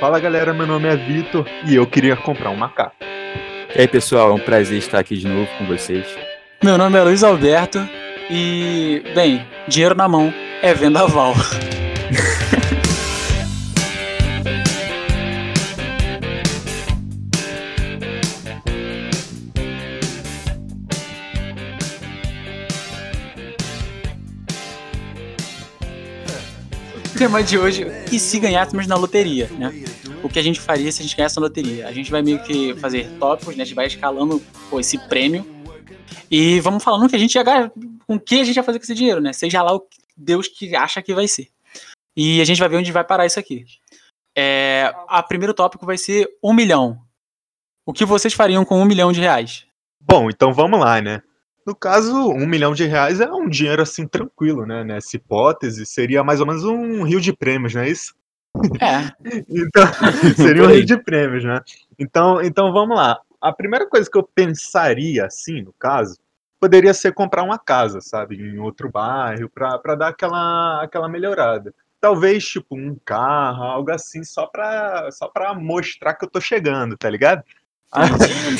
Fala galera, meu nome é Vitor e eu queria comprar um macaco. E aí, pessoal, é um prazer estar aqui de novo com vocês. Meu nome é Luiz Alberto e, bem, dinheiro na mão é vendaval. O tema de hoje e se ganhássemos na loteria, né? O que a gente faria se a gente ganhasse na loteria? A gente vai meio que fazer tópicos, né? A gente vai escalando pô, esse prêmio e vamos falando o que a gente ia ganhar, com o que a gente ia fazer com esse dinheiro, né? Seja lá o que Deus que acha que vai ser. E a gente vai ver onde vai parar isso aqui. É, a primeiro tópico vai ser um milhão. O que vocês fariam com um milhão de reais? Bom, então vamos lá, né? No caso, um milhão de reais é um dinheiro assim tranquilo, né? Nessa hipótese, seria mais ou menos um rio de prêmios, não é isso? É, Então, seria um Por aí. rei de prêmios, né? Então, então vamos lá. A primeira coisa que eu pensaria, assim, no caso, poderia ser comprar uma casa, sabe? Em outro bairro, pra, pra dar aquela, aquela melhorada. Talvez, tipo, um carro, algo assim, só pra, só pra mostrar que eu tô chegando, tá ligado? Ah,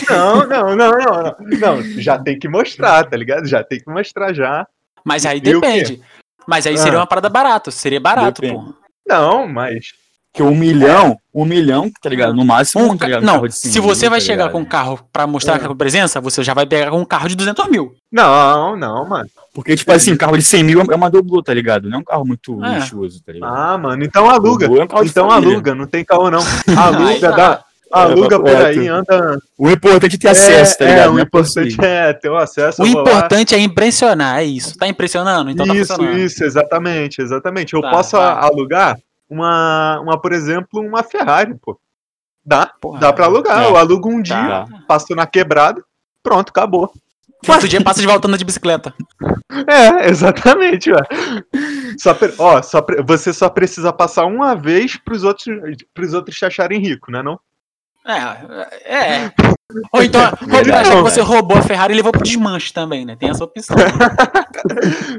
não, não, não, não, não. Não, já tem que mostrar, tá ligado? Já tem que mostrar já. mas aí E o quê? depende. Mas aí seria Ah. uma parada barata, seria barato, Depende. pô. Não, mas. Que um milhão, um milhão, tá ligado? No máximo, Um tá ca- ligado? Um Não, carro de se cinco você mil, vai tá chegar ligado? Ah. com um carro pra mostrar a sua presença, você já vai pegar com um carro de 200 mil. Não, não, mano. Porque, tipo assim, um carro de 100 mil é uma doblô, tá ligado? Não é um carro muito É. luxuoso, tá ligado? Ah, mano, então aluga. Doblô é um carro de Então família. aluga, não tem carro não. Ah, Aí Aluga, tá. dá. Aluga É, por aí, é, anda. O importante é ter acesso, tá é, ligado? o Não é importante possível. é ter o acesso. O eu vou lá. importante é impressionar, é isso. Tá impressionando? Então tá isso, funcionando. isso, exatamente, exatamente. Eu Tá, posso vai. a- alugar uma, uma, por exemplo, uma Ferrari, pô. Dá, Porra. dá pra alugar. É. Eu alugo um dia, Tá. passo na quebrada, pronto, acabou. No Outro dia passa de voltando de bicicleta. É, exatamente, ó. Só pre- ó, só pre- você só precisa passar uma vez pros outros, pros outros te acharem rico, né não? É, é. Ou então, ou então É Verdade, achar que cara. você roubou a Ferrari e levou pro desmanche também, né? Tem essa opção.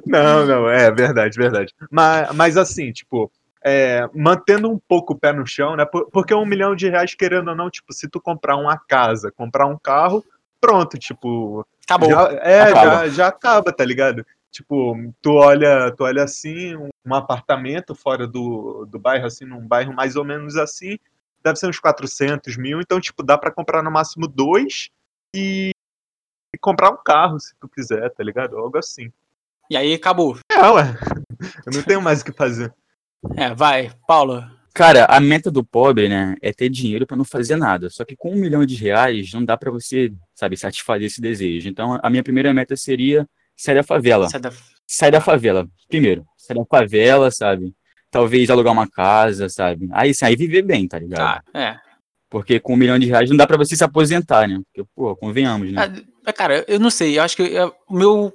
Não, não, é verdade, verdade. Mas, mas assim, tipo, é, mantendo um pouco o pé no chão, né? por- Porque um milhão de reais, querendo ou não, tipo, se tu comprar uma casa, comprar um carro, pronto, tipo. Acabou. Já, é, Acaba. Já, já acaba, tá ligado? Tipo, tu olha, tu olha assim, um- um apartamento fora do, do bairro, assim, num bairro mais ou menos assim, deve ser uns 400 mil, então, tipo, dá pra comprar no máximo dois e, e comprar um carro, se tu quiser, tá ligado? Algo assim. E aí acabou. É, ué. Eu não tenho mais o que fazer. É, vai, Paulo. Cara, a meta do pobre, né, é ter dinheiro pra não fazer nada. Só que com um milhão de reais não dá pra você, sabe, satisfazer esse desejo. Então, a minha primeira meta seria sair da favela. Sai é da- Sai da favela, primeiro. Sai da favela, sabe? Talvez alugar uma casa, sabe? Aí sim, aí viver bem, tá ligado? Tá, é. Porque com um milhão de reais não dá pra você se aposentar, né? Porque, pô, convenhamos, né? É, Cara, eu não sei. Eu acho que é, o meu.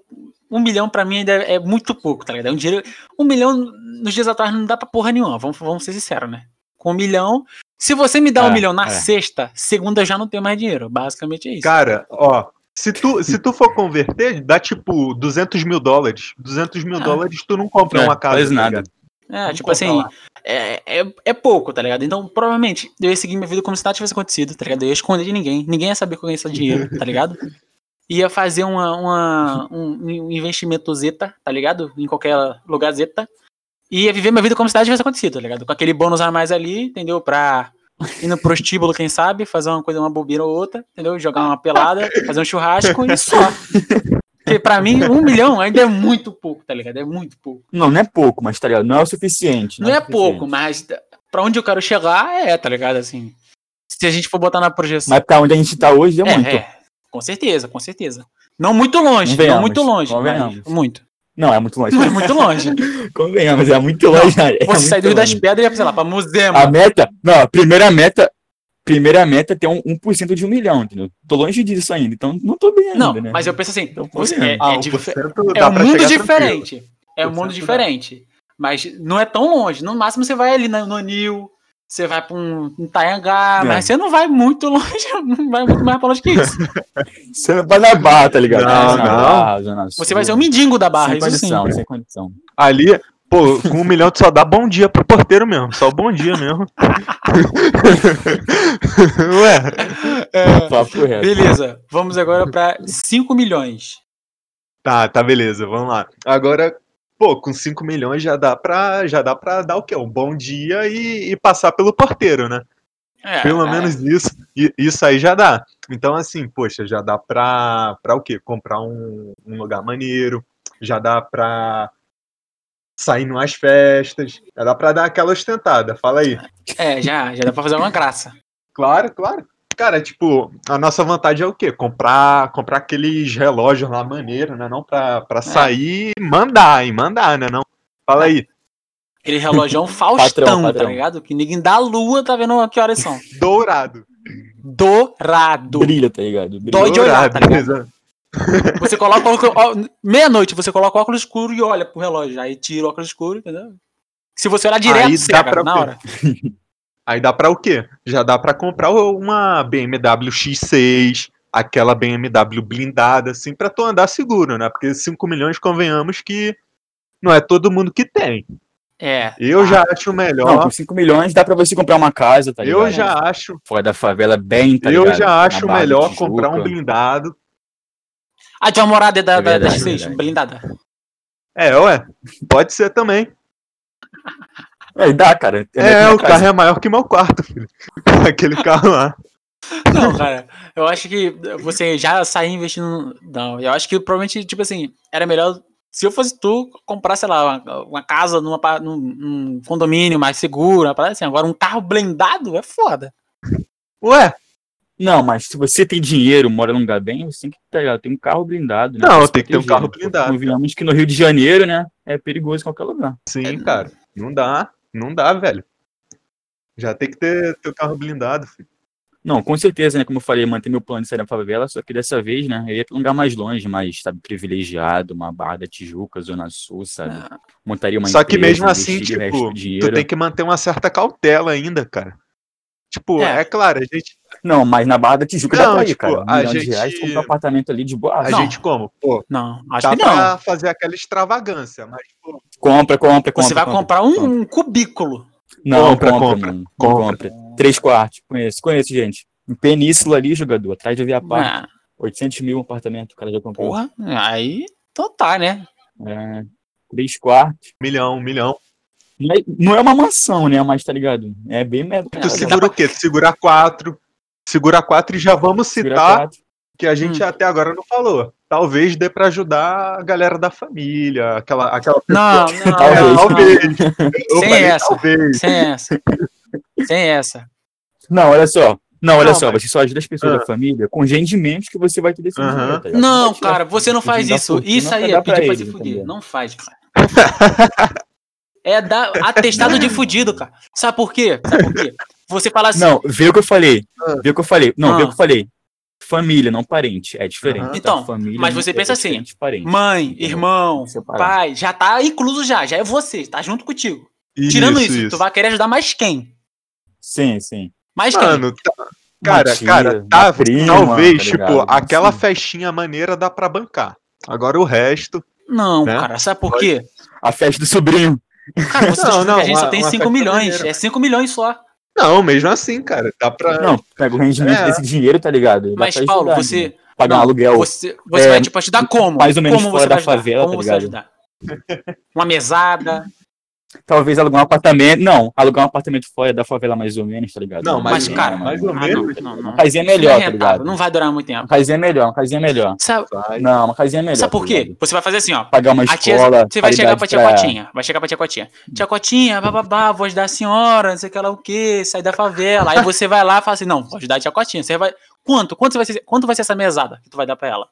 Um milhão pra mim ainda é muito pouco, tá ligado? É um dinheiro. Um milhão nos dias atrás não dá pra porra nenhuma. Vamos, vamos ser sinceros, né? Com um milhão. Se você me dá um É, milhão na é. sexta, segunda eu já não tenho mais dinheiro. Basicamente é isso. Cara, ó. Se tu, se tu for converter, dá tipo 200 mil dólares. 200 mil Ah. dólares, tu não compra É, uma casa. faz tá nada. ligado? É, Vamos tipo assim, comprar lá. é, é, é pouco, tá ligado? Então, provavelmente, eu ia seguir minha vida como se nada tivesse acontecido, tá ligado? Eu ia esconder de ninguém, ninguém ia saber que eu ganhei esse dinheiro, tá ligado? Ia fazer uma, uma, um, um investimento zeta, tá ligado? Em qualquer lugar zeta. E ia viver minha vida como se nada tivesse acontecido, tá ligado? Com aquele bônus a mais ali, entendeu? Pra ir no prostíbulo, quem sabe, fazer uma coisa, uma bobeira ou outra, entendeu? Jogar uma pelada, fazer um churrasco e só. Porque pra mim, um milhão ainda é muito pouco, tá ligado? É muito pouco. Não, não é pouco, mas tá ligado? Não é o suficiente. Não é suficiente. pouco, mas pra onde eu quero chegar é, tá ligado? Assim, se a gente for botar na projeção. Mas pra onde a gente tá hoje é é, muito. é, com certeza, com certeza. Não muito longe, não Convenhamos, muito longe. convenhamos. mas Muito. Não, é muito longe. Não é muito longe. Convenhamos, é muito longe. né? É Você sai do muito Rio das longe. Ah, Pedras e ia, sei lá, pra museu. A meta, não, a primeira meta, primeira meta é ter um, 1% de um milhão, entendeu? Tô longe disso ainda, então não tô bem ainda, Não, né? mas eu penso assim, Então, você- é, convenhamos. Ah, 1% é dife- dá é um pra mundo chegar diferente. É um Por mundo cento dá. diferente. Mas não é tão longe. No máximo você vai ali na- no Nil, você vai pra um, um Taiangá, É. mas você não vai muito longe, não vai muito mais pra longe que isso. Você não vai na barra, tá ligado? Não, Zona não. Barra, Zona Você vai ser um Sul. mendigo da barra, sem isso sim. condição, sem condição. Ali, Pô, com um milhão tu só dá bom dia pro porteiro mesmo, só bom dia mesmo. Ué, É, Papo reto. beleza, vamos agora pra 5 milhões. tá, tá beleza, vamos lá. Agora, pô, com 5 milhões já dá pra, já dá pra dar o quê? Um bom dia e, e passar pelo porteiro, né? É, Pelo é, menos isso, i- isso aí já dá. Então, assim, poxa, já dá pra, pra o quê? Comprar um, um lugar maneiro, já dá pra sair numas festas, já dá pra dar aquela ostentada, fala aí. É, já, já dá pra fazer uma graça. Claro, claro. Cara, tipo, a nossa vantagem é o quê? Comprar, comprar aqueles relógios lá maneiro, né? Não pra, pra sair e mandar, e mandar, né? Não? Fala aí. Aquele relógio é um Faustão, padrão. tá ligado? Que ninguém da lua tá vendo que horas são. Dourado. Dourado. Brilha, tá ligado? Brilha. Dói de olhar, tá Dourado, ligado? exato. Você coloca o óculos- ó, meia-noite, você coloca o óculos escuro e olha pro relógio. Aí tira o óculos escuro, entendeu? Se você olhar direto, Aí cega, dá pra na ver. hora. Aí dá pra o quê? Já dá pra comprar uma BMW X6, aquela BMW blindada, assim, pra tu andar seguro, né? Porque 5 milhões, convenhamos que não é todo mundo que tem. É. Eu já acho melhor, Não, com 5 milhões dá pra você comprar uma casa, tá ligado? eu já acho, Fora da favela, bem, tá eu ligado? já Na acho Barra do melhor Tijuca. comprar um blindado. A de uma morada da, É da, da verdade, X6, verdade. blindada. É, ué, pode ser também. É, dá, cara. É, uma o casa. carro é maior que meu quarto, filho. Aquele carro lá. Não, cara. Eu acho que você já sair investindo. Não, eu acho que provavelmente, tipo assim, era melhor. Se eu fosse tu, comprar, sei lá, uma, uma casa numa, pa- num, num condomínio mais seguro, uma parada assim. Agora, um carro blindado é foda. Ué, é- Não, mas se você tem dinheiro, mora num lugar bem, você tem que tá ligado, tem um carro blindado, né? Não, Pra se tem que ter um proteger, carro né? blindado. Como Vimos que no Rio de Janeiro, né? É perigoso em qualquer lugar. sim, É, não. cara. Não dá, não dá, velho. Já tem que ter teu carro blindado, filho. Não, com certeza, né? Como eu falei, manter meu plano de sair da favela, só que dessa vez, né? Eu ia pra um lugar mais longe, mais, sabe, privilegiado, uma barra da Tijuca, Zona Sul, sabe? Ah. Montaria uma Só que empresa, mesmo assim, investiria o resto tipo, do tu dinheiro. tem que manter uma certa cautela ainda, cara. Tipo, é, É. claro, a gente, Não, mas na Barra da Tijuca Não, dá pra ir, tipo, cara. Um a milhão de gente- reais, tu compra um apartamento ali de boa. a Não. gente como? Pô, Não, acho dá que não. pra fazer aquela extravagância, mas pô, Compra, compra, compra. Você vai comprar um, um cubículo. Não, Compra, compra, compra, compra. Não, compra. Três quartos, conheço, conheço, gente. Em Península ali, jogador, atrás do Via Parque. Ah, 800 mil um apartamento, o cara já comprou. porra, aí. Então tá, né? É, três quartos. milhão, milhão. Não é- Não é uma mansão, né? Mas tá ligado? É bem merda. Tu É, dá segura pra- o quê? Tu segura quatro. Segura quatro e já vamos Segura citar quatro. que a Hum. gente até agora não falou. Talvez dê pra ajudar a galera da família, aquela aquela Não, não, É, Talvez, não, talvez. Eu Sem falei essa. talvez. Sem essa. Sem essa. Não, olha só. Não, olha Não, só, mas- você só ajuda as pessoas Ah. da família com os rendimentos que você vai ter desse Aham. dinheiro, tá ligado? Não, vai tirar cara, você não fortuna faz da isso. fortuna Isso pra aí dar é pra pedir pra eles, se fuder. entendeu? Não faz, cara. É dar atestado de fudido, cara. Sabe por quê? Sabe por quê? Você fala assim, Não, vê o que eu falei. Ah. Vê o que eu falei. Não, vê Ah. o que eu falei. Família, não parente. É diferente. Aham. tá? Então, família mas você é pensa assim, diferente de parente. mãe, irmão, Separar. pai, já tá incluso já, já é você, tá junto contigo. Isso, Tirando isso, tu vai querer ajudar mais quem? Sim, sim. Mais quem? Mano, tá- cara, Uma tia, cara, uma tá- prima, talvez, tá tipo, ligado? aquela Sim. festinha maneira dá pra bancar. Agora o resto. Não, né? cara, sabe por quê? A festa do sobrinho. Cara, você tá Não, achando não, que a gente só uma- tem uma 5 festa milhões, maneira. é 5 milhões só. Não, mesmo assim, cara, dá pra. Não, pega o rendimento É. desse dinheiro, tá ligado? E dá Mas, pra Paulo, ajudar, você. né? Pagar um não, aluguel. Você, você É, vai, tipo, ajudar como? mais ou menos como fora você vai da ajudar? favela, Como tá você vai ligado? ajudar? Uma mesada. Talvez alugar um apartamento. Não, alugar um apartamento fora da favela, mais ou menos, tá ligado? Não, mas, mais, cara, mais ou Ah, não, menos. não, não. Uma casinha é Isso melhor, não, é tá rentável, ligado? não vai durar muito tempo. Uma casinha é melhor, uma casinha é melhor. Sabe, Vai. Não, uma casinha é melhor. sabe por tá quê? ligado? Você vai fazer assim, ó. Pagar uma A tia- escola. você vai chegar pra tia caridade Cotinha. Vai chegar pra tia Cotinha. Hum. Tia Cotinha, bababá, vou ajudar a senhora, não sei o que lá o quê, sair da favela. Aí você vai lá e fala assim: não, vou ajudar a tia Cotinha. Você vai. Quanto? Quanto vai ser, quanto vai ser essa mesada que tu vai dar pra ela?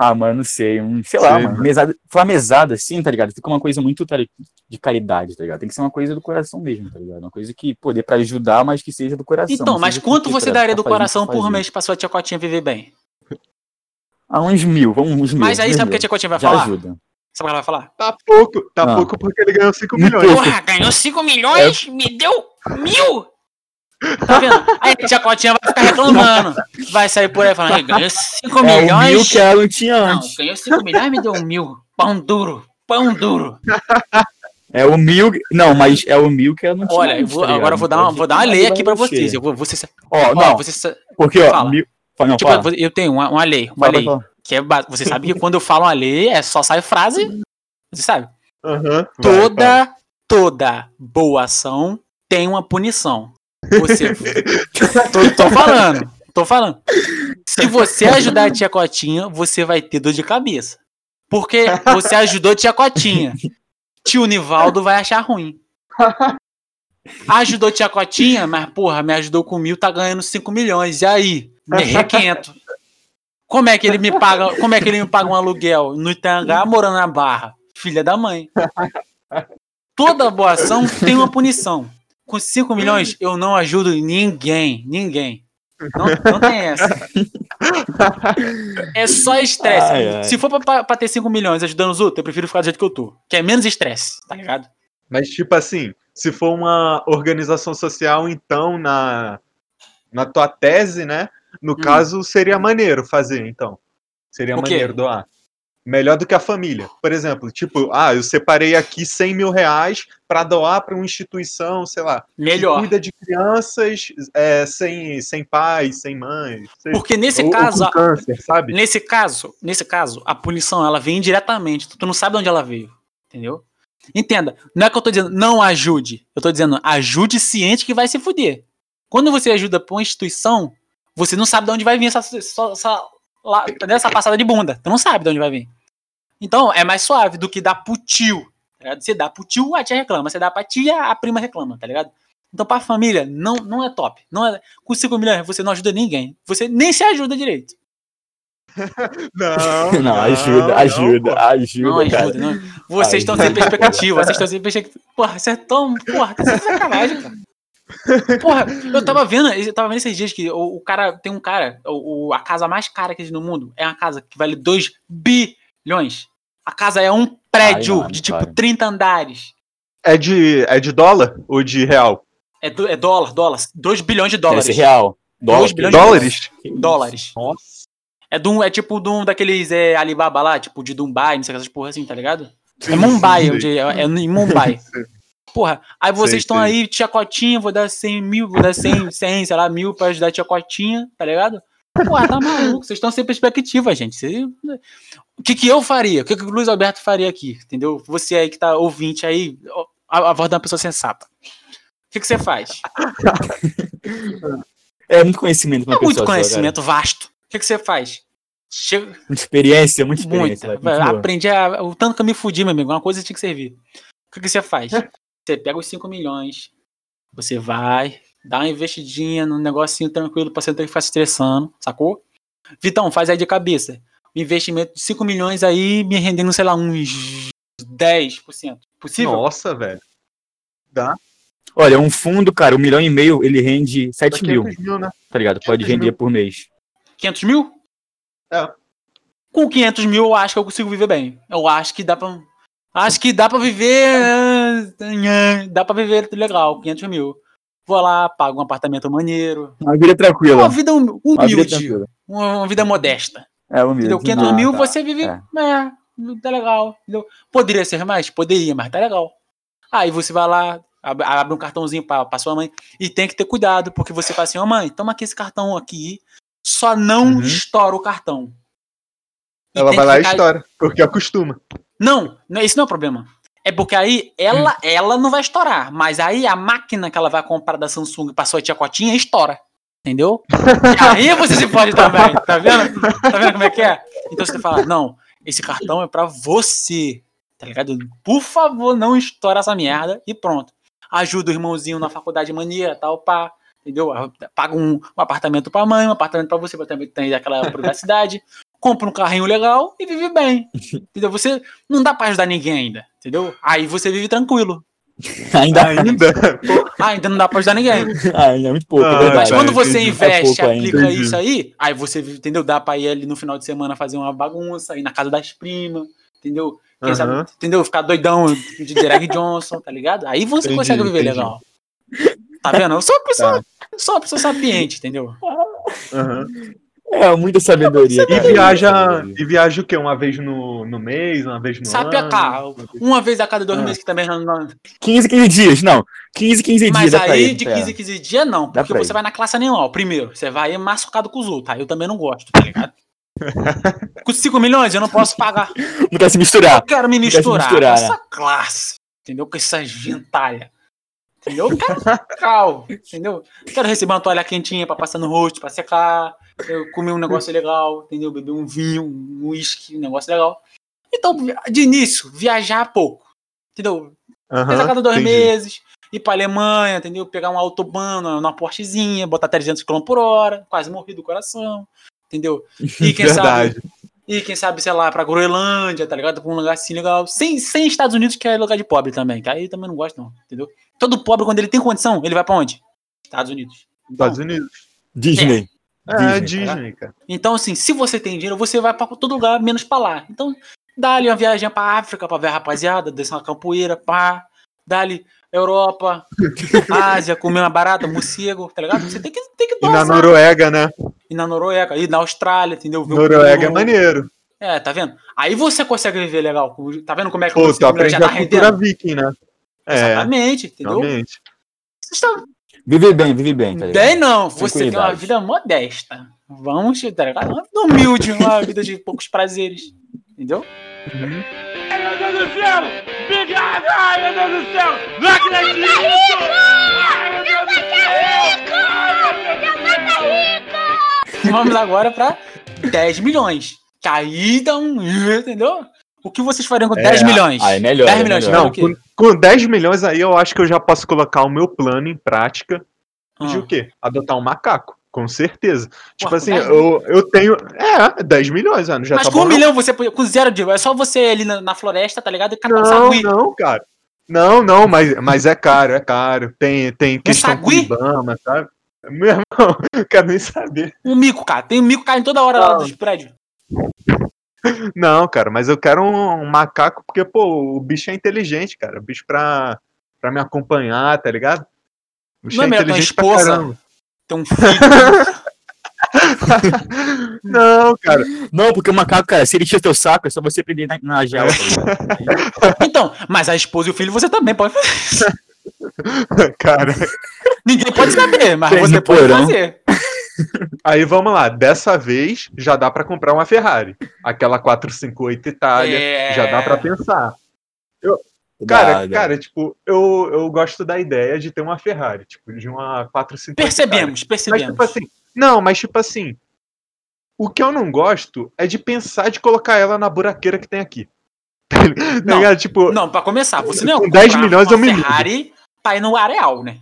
Ah, mano, não sei. Um, sei lá, Sei, mano. Mesada, foi uma mesada, assim, tá ligado? Fica uma coisa muito tá li- de caridade, tá ligado? Tem que ser uma coisa do coração mesmo, tá ligado? Uma coisa que, pô, dê pra ajudar, mas que seja do coração. Então, não mas seja quanto porque, você tá ligado? daria Tá do fazendo coração pra fazer. por mês pra sua tia Cotinha viver bem? Ah, uns mil, vamos uns mil. Mas aí uns sabe o que a mil. tia Cotinha vai Já falar? ajuda. Sabe o que ela vai falar? Tá pouco, tá Não. pouco porque ele ganhou 5 Muito milhões. Porra, ganhou 5 milhões, É. me deu mil! Tá vendo? Aí a tia Cotinha vai ficar reclamando. Vai sair por aí falando, "Ai, ganhou 5 É, um mil milhões. que ela não tinha Não, antes. ganhou 5 milhões, me deu um mil. Pão duro, pão duro. É o mil. Não, mas é o mil que ela não tinha. Olha, eu antes, vou- tá ligado? agora eu vou dar uma, Pode vou dar uma ser que lei ela aqui pra vai vocês. mexer. Eu vou, você, Ó, ó, não, vocês porque, ó, fala. mil. Fala, não, Tipo, fala. eu tenho uma, uma lei, uma Fala, lei. fala. Que é, ba- você sabe que quando eu falo uma lei, é só sai frase. Você sabe? Aham, vai, vai. Toda, toda boa ação tem uma punição. Você. tô, tô falando, tô falando. Se você ajudar a tia Cotinha, você vai ter dor de cabeça. Porque você ajudou a tia Cotinha. Tio Nivaldo vai achar ruim. Ajudou a tia Cotinha, mas porra, me ajudou com mil, tá ganhando 5 milhões. E aí? Me requento. Como é que ele me paga? Como é que ele me paga um aluguel no Itangá morando na Barra? Filha da mãe. Toda boa ação tem uma punição. Com 5 milhões, eu não ajudo ninguém. Ninguém. Não, não tem essa. É só estresse. Ai, ai. Se for pra- pra, pra ter 5 milhões ajudando os outros, eu prefiro ficar do jeito que eu tô. Que é menos estresse, tá ligado? Mas, tipo assim, se for uma organização social, então, na, na tua tese, né? No caso, seria maneiro fazer, então. Seria Hum. O quê? maneiro doar. Melhor do que a família. Por exemplo, tipo, ah, eu separei aqui 100 mil reais pra doar pra uma instituição, sei lá, que Melhor. cuida de crianças é, sem, sem pais, sem mães. sei- Porque nesse ou- ou caso, com a- câncer, sabe? nesse caso, nesse caso, a punição ela vem indiretamente. Tu não sabe de onde ela veio, entendeu? Entenda, não é que eu tô dizendo não ajude. Eu tô dizendo ajude ciente que vai se fuder. Quando você ajuda pra uma instituição, você não sabe de onde vai vir essa, essa, essa, lá- entendeu? Essa passada de bunda. Tu não sabe de onde vai vir. Então, é mais suave do que dar pro tio. tá ligado? Você dá pro tio, a tia reclama. Você dá pra tia, a prima reclama, tá ligado? Então, pra família, não, não é top. Não é, com 5 milhões, você não ajuda ninguém. Você nem se ajuda direito. Não, Não, ajuda, não, ajuda, pô. ajuda, Não ajuda, cara. não. Vocês estão sem Ajuda. perspectiva, vocês estão sem perspectiva. Porra, você é tão. Porra, tá sem sacanagem, cara. Porra, eu tava vendo, eu tava vendo esses dias que o, o cara, tem um cara, o, o- a casa mais cara que existe no mundo é uma casa que vale 2 bilhões. A casa é um prédio Ai, mano, de tipo cara. 30 andares. É de, é de dólar ou de real? É, do- é dólar, dólar. 2 bilhões de Deve dólares. ser real. Dois Dólar. bilhões de Dólares? Que isso? Dólares. Nossa. É, de um- é tipo de um daqueles é, Alibaba lá, tipo de Dubai, não sei essas porra assim, tá ligado? É Mumbai, onde, é, é em Mumbai. Porra, aí Sei, vocês estão sei. aí, tia Cotinha, vou dar 100 mil, vou dar 100, 100, sei lá, mil pra ajudar a tia Cotinha, tá ligado? Porra, tá maluco, vocês estão sem perspectiva, gente. Cê- O que que eu faria? O que que o Luiz Alberto faria aqui, entendeu? Você aí que tá ouvinte aí, ó, a, a voz de uma pessoa sensata. O que que você faz? É muito conhecimento pra É uma muito pessoa só, conhecimento vasto. O que que você faz? Chega... cara. Muita experiência, muita experiência. Muita. vai, Vai, continua. é, Aprendi a- o tanto que eu me fudi, meu amigo. Uma coisa tinha que servir. O que, que você faz? É. Você pega os 5 milhões, você vai, dá uma investidinha num negocinho tranquilo pra você não ter que ficar se estressando, sacou? Vitão, faz aí de cabeça. Um investimento de 5 milhões aí, me rendendo, sei lá, uns 10%. Possível? Nossa, velho. Olha, um fundo, cara, um milhão e meio, ele rende 7 mil, 500 mil, né? tá ligado? Pode 500 mil. render por mês. 500 mil? É. Com 500 mil, eu acho que eu consigo viver bem. Eu acho que dá pra. Acho que dá pra viver. eh, Dá pra viver legal, 500 mil. Vou lá, pago um apartamento maneiro. Uma vida Uma tranquila. vida hum- Uma vida humilde. tranquila. Uma uma vida modesta. É, humilde. Entendeu? 500 Ah, mil, tá. você vive. É. É, tá legal. entendeu? Poderia ser mais? Poderia, mas tá legal. Aí você vai lá, ab- abre um cartãozinho pra, pra sua mãe e tem que ter cuidado, porque você fala assim, ó mãe, toma aqui esse cartão aqui, só não Uhum. estoura o cartão. E Ela tem vai que lá e ficar- estoura, porque é acostuma. Não, não, isso não é o problema. É porque aí ela, ela não vai estourar, mas aí a máquina que ela vai comprar da Samsung pra sua tia Cotinha estoura. Entendeu? E aí você se pode também, tá vendo? Tá vendo como é que é? Então você fala, não, esse cartão é pra você, tá ligado? Por favor, não estoura essa merda e pronto. Ajuda o irmãozinho na faculdade maneira, tal, pá, entendeu? Paga um, um apartamento pra mãe, um apartamento pra você, pra também ter aquela privacidade. Compra um carrinho legal e vive bem, entendeu? Você não dá pra ajudar ninguém ainda, entendeu? Aí você vive tranquilo. Ainda, Ainda. Ah, ainda não dá pra ajudar ninguém. ainda é muito pouco, Ah, é Mas verdade. tá, quando você entendi. É investe, pouco ainda. aplica Entendi. isso aí, aí você vive, entendeu? Dá pra ir ali no final de semana fazer uma bagunça, ir na casa das primas, entendeu? Quem Aham. sabe, entendeu? Ficar doidão de Derek Johnson, tá ligado? Aí você Entendi, consegue viver entendi. Tá. legal. Tá vendo? Eu sou uma pessoa, sou uma pessoa sapiente, entendeu? Aham. É, muita sabedoria. E cara, muita viaja, sabedoria. e viaja o quê? Uma vez no, no mês, uma vez no Sabe ano? a carro. Uma vez a cada dois Ah. meses que também não- não. 15, 15 dias, não. 15, 15 Mas dias. dá pra aí ir, de é. 15 em 15 dias não, Dá porque pra você ir. vai na classe animal. Primeiro, você vai machucado com os outros. Aí eu também não gosto, tá ligado? com 5 milhões eu não posso pagar. Não quer se misturar. Eu quero me quer se misturar, misturar, né? com essa classe, entendeu? Com essa gentalha. Entendeu? Eu quero cal, entendeu? Quero receber uma toalha quentinha pra passar no rosto, pra secar. Eu comer um negócio legal, entendeu? Beber um vinho, um uísque, um negócio legal. Então, de início, viajar pouco. Entendeu? Aham, Fez a cada dois entendi. meses, ir pra Alemanha, entendeu? Pegar um autobahn numa numa portezinha, botar 300 km por hora, quase morri do coração, entendeu? E quem sabe, Verdade. e quem sabe, sei lá, pra Groenlândia, tá ligado? Pra um lugar assim legal. Sem, sem Estados Unidos, que é lugar de pobre também, que aí eu também não gosto, não, entendeu? Todo pobre, quando ele tem condição, ele vai pra onde? Estados Unidos. Então, Estados Unidos. Disney. É, Disney, Disney, cara. então, assim, se você tem dinheiro, você vai pra todo lugar, menos pra lá. Então, dá ali uma viagem pra África, pra ver a rapaziada, descer uma capoeira, pá. Dá ali Europa, Ásia, comer uma barata, morcego, tá ligado? Você tem que, tem que E na dosar. Noruega, né? E na Noruega, e na Austrália, entendeu? Ver o Noruega é canguru. maneiro. É, tá vendo? Aí você consegue viver legal. Tá vendo como é que Pô, você tu aprende a cultura viking, né? É, Exatamente, entendeu? realmente. Vocês estão Vive bem, vive bem. Tá ligado? bem, não. Você tem uma Tranquilidade. vida modesta. Vamos, tá ligado? Uma vida humilde, uma vida de poucos prazeres. Entendeu? Vamos agora pra 10 milhões. Que aí dá um. Entendeu? O que vocês fariam com É, 10 milhões? Ah, é melhor. 10 é milhões, melhor. Não, o quê? com, com 10 milhões aí eu acho que eu já posso colocar o meu plano em prática de Ah. o quê? Adotar um macaco. Com certeza. Tipo com assim, 10 eu, eu tenho. É, 10 milhões, mano. Já Mas tá com um bom. não? milhão você podia. Com zero de. É só você ali na, na floresta, tá ligado? E catar um Não, sagui. não, cara. Não, não, mas, mas é caro, é caro. Tem, tem questão com sagui? Ibama, sabe? Meu irmão, eu quero nem saber. Um mico, cara. Tem um mico caindo toda hora lá Não. dos prédios. Não, cara, mas eu quero um, um macaco, porque, pô, o bicho é inteligente, cara. O bicho pra, pra me acompanhar, tá ligado? O bicho Não é melhor ter uma esposa? Tem um filho. Não, cara. Não, porque o macaco, cara, se ele tira teu saco, é só você prender na, na jaula. tá ligado? então, mas a esposa e o filho você também pode fazer. Cara, Ninguém pode saber, mas Tem você no pode porão. fazer. aí vamos lá. Dessa vez já dá pra comprar uma Ferrari. Aquela 458 Itália. É. Ah, Já dá pra pensar. Cara, Dá, dá. cara, tipo, eu, eu gosto da ideia de ter uma Ferrari, tipo, de uma 450. Percebemos, Mas, percebemos. tipo assim, não, mas tipo assim, o que eu não gosto é de pensar de colocar ela na buraqueira que tem aqui. Tá Não. ligado? Tipo, Não, pra começar, você não. é Com 10 comprar milhões uma eu me livro. Ferrari pra ir no areal, né?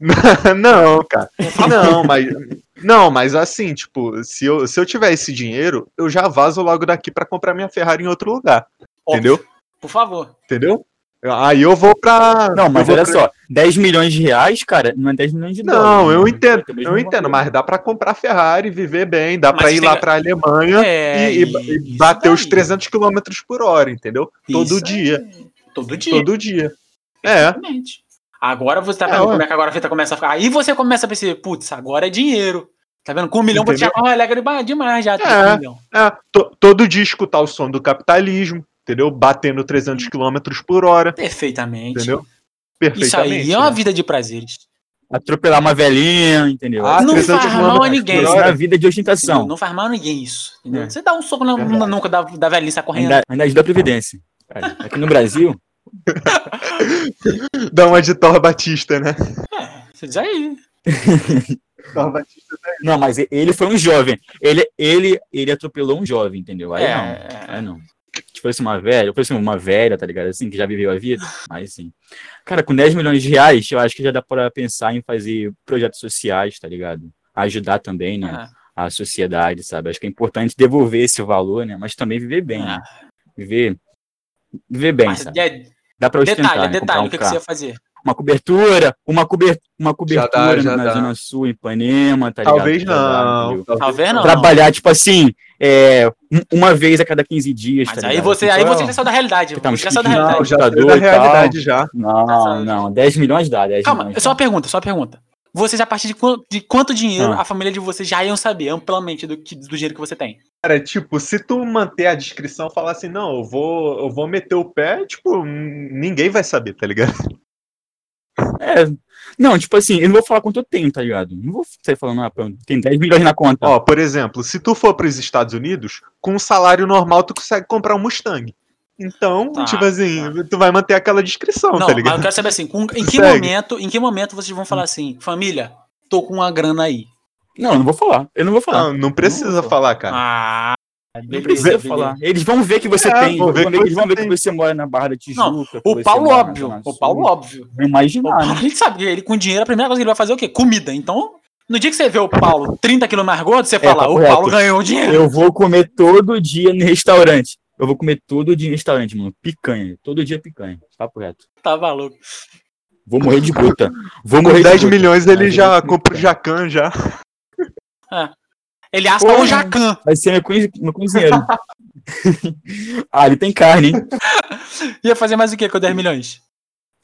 não, cara. Não, mas não, mas assim, tipo, se eu, se eu tiver esse dinheiro, eu já vazo logo daqui pra comprar minha Ferrari em outro lugar, Óbvio. entendeu? Por favor. Entendeu? Aí eu vou pra Não, mas eu vou olha pra- só, 10 milhões de reais, cara, não é 10 milhões de dólares. Não, eu né? entendo, É a mesma eu entendo, coisa. mas dá pra comprar Ferrari, viver bem, dá Mas pra ir tem- lá pra Alemanha É, e, e- e isso bater os daí. 300 km por hora, entendeu? Isso Todo aí. é dia, Todo dia. todo dia. É, Exatamente. Agora você tá É, vendo ué. como é que agora a fita começa a ficar. Aí você começa a perceber, putz, agora é dinheiro. Tá vendo? Com um milhão você já Entendeu? corre alegre ba- demais já. tem É. um milhão. é to- todo dia escutar o som do capitalismo, entendeu? Batendo 300 km por hora, Perfeitamente. entendeu? Isso Perfeitamente. aí é uma né? vida de prazeres. Atropelar uma velhinha, entendeu? Ah, não faz 300 mal a quilômetros ninguém. por isso hora. na vida de entendeu? ostentação. Não faz mal a ninguém isso. entendeu? É. Você dá um soco na, Verdade. na nuca da, da velhice correndo. Ainda, ainda ajuda a Previdência. Cara, aqui no Brasil, Dá uma de Thor Batista, né? É, você diz aí. Tá Thor Batista. não, mas e- ele foi um jovem. Ele, ele, ele atropelou um jovem, entendeu? Aí não. é, Aí não. Se fosse uma velha, eu fosse uma velha, tá ligado? Assim, que já viveu a vida, aí sim. Cara, com 10 milhões de reais, eu acho que já dá pra pensar em fazer projetos sociais, tá ligado? Ajudar também, né? é. a sociedade, sabe? Acho que é importante devolver esse valor, né? Mas também viver bem, né? Viver, viver bem, É. Mas, sabe? é, Dá pra ostentar, detalhe, né? Comprar detalhe, um o que, que carro. você ia fazer? Uma cobertura, uma, cober... uma Já dá, cobertura já na dá. Zona Sul, em Ipanema, tá ligado? Talvez Já dá, não. entendeu? Talvez não. Trabalhar, tipo assim, é, um- uma vez a cada 15 dias, Mas tá né? aí ligado? você, Então, aí você já saiu da realidade. Tá, mas já saiu da que- Não, realidade. já saiu da Ditador e tal. realidade já. Não, não, 10 milhões dá, 10 Calma, milhões. só uma pergunta, só uma pergunta. vocês, a partir de, quan- de quanto dinheiro Ah. a família de vocês já iam saber amplamente do, que- do dinheiro que você tem. Cara, tipo, se tu manter a descrição, falar assim, não, eu vou, eu vou meter o pé, tipo, n- ninguém vai saber, tá ligado? É. Não, tipo assim, eu não vou falar quanto eu tenho, tá ligado? Não vou sair falando, ah, pô, tem 10 milhões na conta. Ó, por exemplo, se tu for pros Estados Unidos, com um salário normal tu consegue comprar um Mustang. Então, Tá, tipo assim, tu vai manter aquela descrição, Não, tá mas eu ligado? quero saber assim, com- em que Segue. momento, em que momento vocês vão falar assim, família, tô com uma grana aí. Não, eu não vou falar. Eu não vou falar. Não, não precisa tá. Não, tá. falar, cara. Ah, Não precisa falar. Eles vão ver que você É, tem. vão ver que eles vão você ver que tem. você mora na Barra da Tijuca. que O você Paulo mora na óbvio, Zona o Paulo Sul. óbvio. Não imaginar, Paulo, né? a gente sabe que ele com dinheiro, a primeira coisa que ele vai fazer é o quê? Comida. Então, no dia que você vê o Paulo 30 quilos mais gordo, você fala, papo o Paulo reto. ganhou dinheiro. Eu vou comer todo dia no restaurante. Eu vou comer todo dia no restaurante, mano. Picanha. Todo dia picanha. Papo reto. Tá maluco. Vou morrer de bruta. Vou Com morrer 10 de bruta. milhões ele Mas já eu vou- compra o Jacan já. Ele aspa Porra. o Jacan. Vai ser meu cozi- meu cozinheiro. ah, ele tem carne, hein? Ia fazer mais o quê com 10 milhões?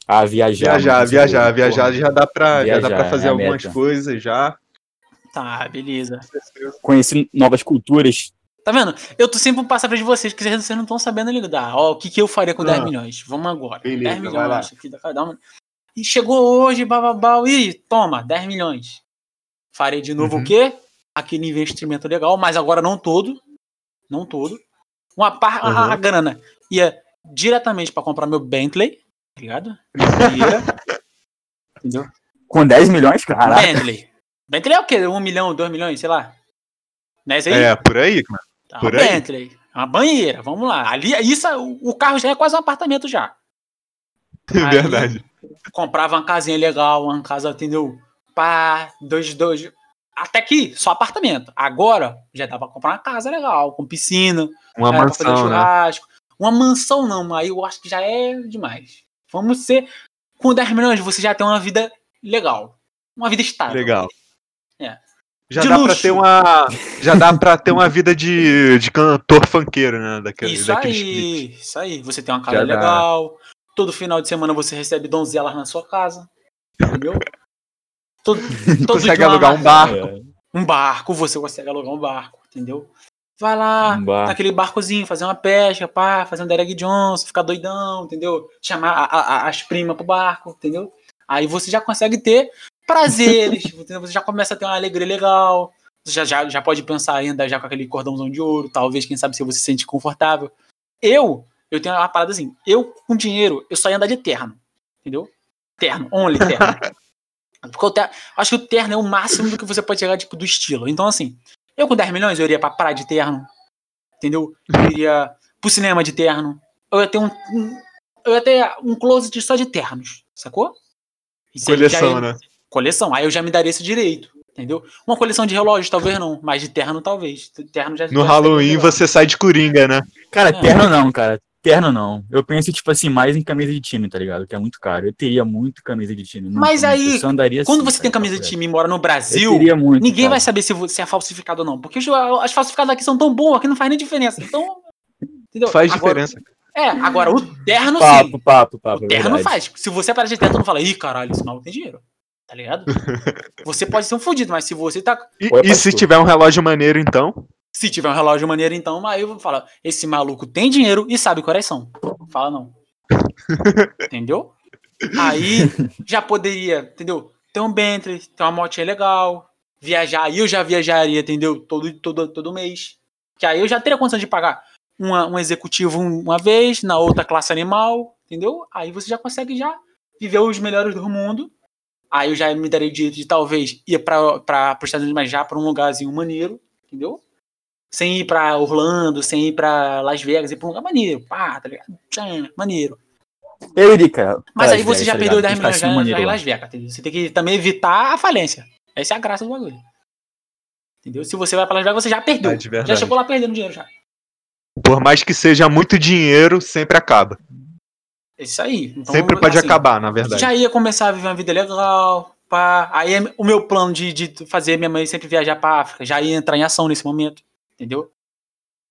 Ah, viajar. Viajar, mano, viajar, porra. viajar já dá pra, já dá Viajar, pra fazer é a algumas meta. coisas já. Tá, beleza. Conhecer novas culturas. Tá vendo? Eu tô sempre um passo à frente de vocês, porque vocês não estão sabendo lidar. Ó, o que, que eu faria com 10 Ah. milhões? Vamos agora. Beleza, 10 vai lá. milhões. Aqui, dá- dá uma- E chegou hoje, bababau. Ih, toma, 10 milhões. Farei de novo Uhum. o quê? Aquele investimento legal, mas agora não todo. Não todo. Uma par... a- a, Uhum. grana ia diretamente pra comprar meu Bentley. tá Ligado? Ia. Entendeu? Com 10 milhões, caraca. Bentley. Bentley é o quê? 1 milhão, 2 milhões, sei lá. Não é isso aí? É, por aí, cara. Tá, Por um aí. Bentley, uma banheira, vamos lá. Ali, isso, o o carro já é quase um apartamento já. É Aí- verdade. Comprava uma casinha legal, uma casa, entendeu? Pá, dois, dois. Até aqui, só apartamento. Agora, já dá pra comprar uma casa legal, com piscina, é, Uma era pra fazer mansão, né? churrasco. Uma mansão não, aí eu acho que já é demais. Vamos ser. Com 10 milhões, você já tem uma vida legal. Uma vida estável. Legal. Ah, É. Já De dá pra luxo. ter uma. Já dá pra ter uma vida de, de cantor funkeiro, né? Daquele, Isso daqueles aí, clipes. isso aí. Você tem uma casa Já dá. legal. Todo final de semana você recebe donzelas na sua casa. Entendeu? todo, todo Consegue dia uma alugar um marca- barco. É, Um barco, você consegue alugar um barco, entendeu? Vai lá, Um barco. naquele barcozinho, fazer uma pesca, pá, fazer um Derek Johnson, ficar doidão, entendeu? Chamar a- a- a- as primas pro barco, entendeu? Aí você já consegue ter prazeres, entendeu? Você já começa a ter uma alegria legal. Você já, já, já pode pensar ainda já com aquele cordãozão de ouro, talvez, quem sabe, se você se sente confortável. Eu, eu tenho uma parada assim, eu com dinheiro, eu só ia andar de terno, entendeu? Terno, only terno. Porque o terno, acho que o terno é o máximo do que você pode chegar, tipo, do estilo. Então, assim, eu com 10 milhões, eu iria pra praia de terno, entendeu? Eu iria pro cinema de terno. Eu ia ter um, um- eu ia ter um closet só de ternos, sacou? Isso aí já Coleção, é- né? Coleção, aí eu já me daria esse direito, entendeu? Uma coleção de relógios, talvez não, mas de terno, talvez. Terno já No já Halloween seria legal. você sai de coringa, né? Cara, É. terno não, cara. Terno não. Eu penso, tipo assim, mais em camisa de time, tá ligado? Que é muito caro. Eu teria muito camisa de time. muito, Mas muito. aí, Eu só andaria Quando assim, você tem cara, camisa de papo time e mora no reto. Brasil, Eu teria muito. ninguém vai cara. saber se, vo- se é falsificado ou não. Porque os- as falsificadas aqui são tão boas que não faz nem diferença. Então. entendeu? Faz Agora- diferença. É, agora o terno Papo, sim. papo, papo. assim. é O terno verdade. faz. Se você parar de terno, tu não fala, ih, caralho, esse maluco tem dinheiro. Tá ligado? Você pode ser um fudido, mas se você tá. E, Ou é e se pastor? tiver um relógio maneiro, então? Se tiver um relógio maneiro, então, aí eu vou falar, esse maluco tem dinheiro e sabe quais são. Fala não. Entendeu? Aí já poderia, entendeu? Ter um Bentley, ter uma motinha legal, viajar, aí eu já viajaria, entendeu? Todo, todo, todo mês. Que aí eu já teria condição de pagar uma, um executivo um- uma vez, na outra classe animal, entendeu? Aí você já consegue já viver os melhores do mundo. Aí eu já me daria o direito de talvez ir para os Estados Unidos, mas já para um lugarzinho maneiro, entendeu? sem ir pra Orlando, sem ir pra Las Vegas, ir pra um lugar maneiro, pá, tá ligado? Tchan, maneiro. Eu iria, cara. Mas pra aí você Vegas, já tá perdeu ligado? 10 milhões já, Cassino já em maneiro lá. Las Vegas, entendeu? Você tem que também evitar a falência. Essa é a graça do bagulho. Entendeu? Se você vai pra Las Vegas, você já perdeu. É, de verdade. já chegou lá perdendo dinheiro já. Por mais que seja muito dinheiro, sempre acaba. É isso aí. Então, sempre pode assim, acabar, na verdade. Já ia começar a viver uma vida legal, pá. Aí é o meu plano de, de fazer minha mãe sempre viajar pra África já ia entrar em ação nesse momento, entendeu?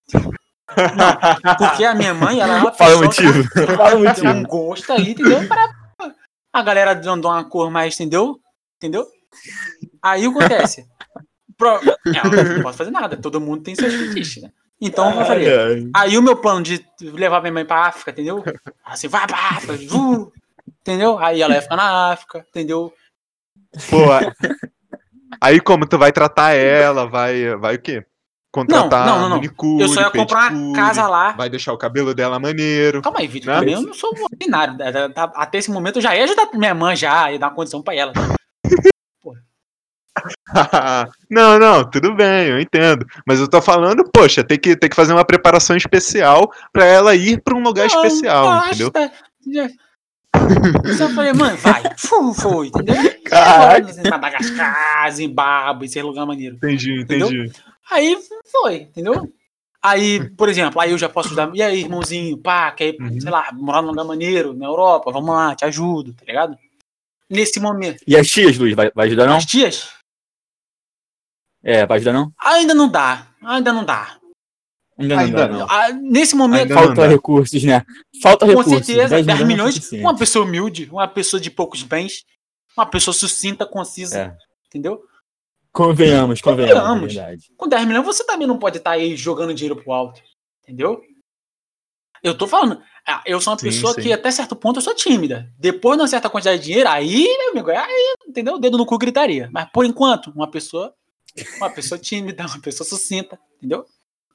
Não, porque a minha mãe, ela é uma Fala o pessoa que ela motivo. Fala o tem um motivo. gosto aí, entendeu? Para a galera dando uma cor mais, entendeu? Entendeu? Aí o que acontece? Pro... Não, não posso fazer nada, todo mundo tem seus fetiches, né? Então eu É. falei, aí o meu plano de levar minha mãe pra África, entendeu? Assim, vai pra África, ju, entendeu? Aí ela ia ficar na África, entendeu? Pô, a- aí como tu vai tratar ela, vai, vai o quê? Contratar Não, não, não, não. manicure, Eu só ia comprar uma pedicure, casa lá. Vai deixar o cabelo dela maneiro. Calma aí, Vitor, Né? também eu não sou um ordinário. da- da- da- Até esse momento eu já ia ajudar minha mãe já, ia dar uma condição pra ela. não, não, tudo bem, eu entendo. Mas eu tô falando, poxa, tem que, tem que fazer uma preparação especial pra ela ir pra um lugar Não, especial, eu acho entendeu? que tá- já- Só falei, mãe, vai, fu, foi, entendeu? Caraca. Vamos em Madagascar, Zimbábue, esse lugar maneiro. Entendi, Entendeu? entendi. Aí foi, entendeu? Aí, por exemplo, aí eu já posso ajudar. E aí, irmãozinho, pá, quer ir, Uhum. sei lá, morar num lugar maneiro, na Europa, vamos lá, te ajudo, tá ligado? Nesse momento. E as tias, Luiz, vai, vai ajudar não? As tias? É, vai ajudar não? Ainda não dá, ainda não dá. Ainda não. Ainda dá, não. não. Ah, nesse momento, Ainda não Falta dá. recursos, né? Falta com recursos. é certeza, é 10 milhões, Uma... uma pessoa humilde, uma pessoa de poucos bens, uma pessoa sucinta, concisa, É. entendeu? Convenhamos, convenhamos. Convenhamos. é verdade. Com 10 milhões você também não pode estar aí jogando dinheiro pro alto, entendeu? Eu tô falando, ah, eu sou uma Sim, pessoa sim. que até certo ponto eu sou tímida. Depois de uma certa quantidade de dinheiro, aí, meu amigo, aí, entendeu? O dedo no cu gritaria. Mas por enquanto, uma pessoa, uma pessoa tímida, uma pessoa sucinta, entendeu?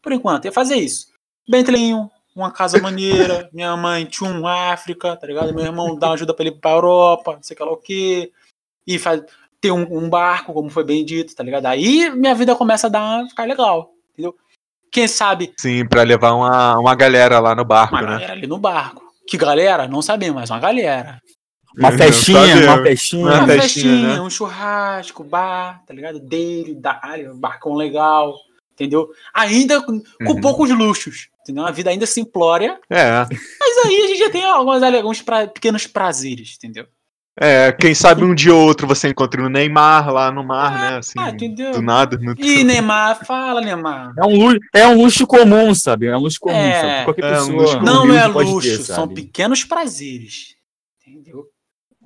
Por enquanto, ia fazer isso. Bentleynho, uma casa maneira, minha mãe, tchum, África, tá ligado? Meu irmão dá uma ajuda pra ele ir pra Europa, não sei o que lá o quê. E faz, ter um, um barco, como foi bem dito, tá ligado? Aí minha vida começa a dar, ficar legal, entendeu? Quem sabe Sim, pra levar uma, uma galera lá no barco, uma né? galera ali no barco. Que galera? Não sabemos, mas uma galera. Uma Eu festinha, sabia. uma festinha. Uma Uma festinha, festinha, né? um churrasco, bar, tá ligado? Dele, da área, um barcão legal, entendeu? Ainda com, com Uhum. poucos luxos, entendeu? A vida ainda simplória, É. mas aí a gente já tem algumas, alguns pra- pequenos prazeres, entendeu? É, quem sabe um dia ou outro você encontra o Neymar lá no mar, né? Assim, Ah, entendeu? do nada. né? No... E né? Neymar, fala, Neymar. É um, luxo, é um luxo comum, sabe? É um luxo comum, É. sabe? Qualquer É, um pessoa. luxo comum. Não humilde é pode ter, luxo, são sabe? pequenos prazeres, entendeu?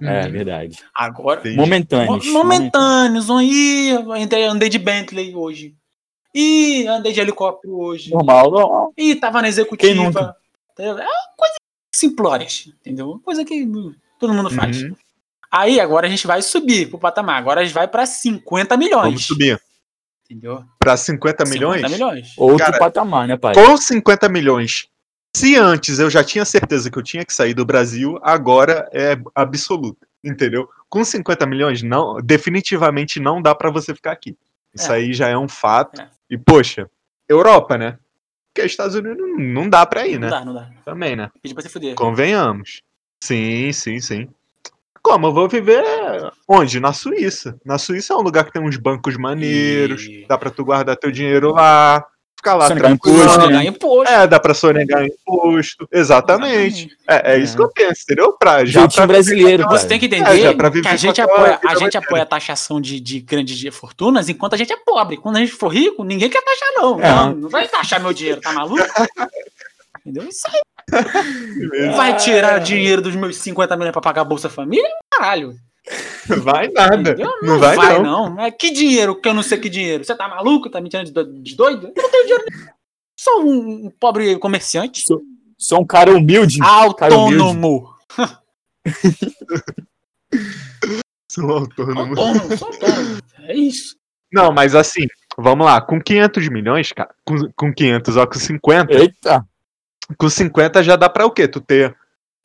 É verdade. Agora, Entendi. Momentâneos. mo- momentâneos. Aí, andei, andei de Bentley hoje. Ih, andei de helicóptero hoje. Normal, normal. Ih, tava na executiva. Quem nunca? Entendeu? É uma coisa simplórias, entendeu? Uma coisa que hum, todo mundo faz. Uhum. Aí, agora a gente vai subir pro patamar. Agora a gente vai pra 50 milhões. Vamos subir. Entendeu? Pra 50 milhões? 50 milhões. Outro Cara, patamar, né, pai? Com 50 milhões. Se antes eu já tinha certeza que eu tinha que sair do Brasil, agora é absoluto, entendeu? Com 50 milhões, não, definitivamente não dá pra você ficar aqui. Isso É. aí já é um fato. É. E, poxa, Europa, né? Porque Estados Unidos não- não dá pra ir, não né? dá, não dá. Também, né? Pedi pra você fuder. Convenhamos. Sim, sim, sim. Como? Eu vou viver onde? Na Suíça. Na Suíça é um lugar que tem uns bancos maneiros, E- dá pra tu guardar teu dinheiro lá, ficar lá Sonegar tranquilo. imposto, né? Pagar imposto. É, dá pra sonegar imposto. Exatamente. É, é isso que eu penso, entendeu? Pra, já Jeitinho pra um brasileiro, Então Você tem pai. que É, entender já pra que viver a gente, com aquela apoia, a vida gente apoia a taxação de, de grandes de- fortunas enquanto a gente é pobre. Quando a gente for rico, ninguém quer taxar, não. É. Não, não vai taxar meu dinheiro, tá maluco? Entendeu? Isso aí mesmo. vai tirar dinheiro dos meus 50 milhões pra pagar a Bolsa Família? Caralho. Não vai nada. entendeu? Não vai, não. Mas É, que dinheiro? Que eu não sei que dinheiro. Você tá maluco? Tá me tirando de do- de doido? Eu não tenho dinheiro nenhum. Sou um, um pobre comerciante. Sou um cara humilde. cara humilde. Autônomo. Sou autônomo. Autônomo, sou autônomo. É isso. Não, mas assim, vamos lá. Com 500 milhões, cara, com, com 500, ó, com 50, Eita. com 50 já dá pra o quê? Tu ter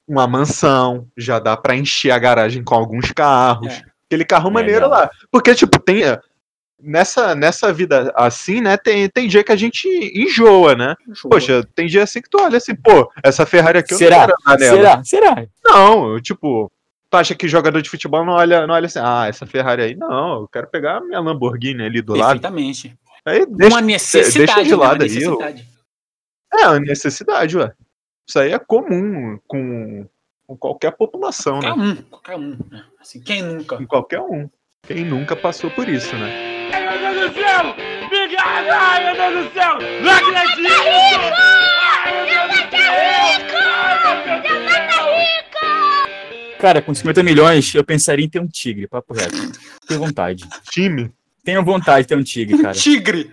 uma mansão, já dá pra encher a garagem com alguns carros. É. Aquele carro É, maneiro não. lá. Porque, tipo, tem. é, Nessa, nessa vida assim, né? Tem, tem dia que a gente enjoa, né? Poxa, tem dia assim que tu olha assim, pô, essa Ferrari aqui eu Será? não quero andar nela. Será? Será? Não, eu, tipo, tu acha que jogador de futebol não olha, não olha assim, ah, essa Ferrari aí, não, eu quero pegar a minha Lamborghini ali do lado. perfeitamente. Aí deixa, uma necessidade. deixa de né? Uma lado aí, necessidade. é a necessidade, ué. Isso aí é comum com, com qualquer população, né? Qualquer um, qualquer um. né? Assim, quem É. nunca? com qualquer um. Quem nunca passou por isso, né? Ai, meu Deus do céu! Fica... Ai, meu Deus do céu! Não acredito! Ai, meu Deus do céu! Ai, meu Deus do céu! Cara, com 50 milhões, eu pensaria em ter um tigre, papo reto. Tenho vontade. Time? Tenho vontade de ter um tigre, cara. Tigre!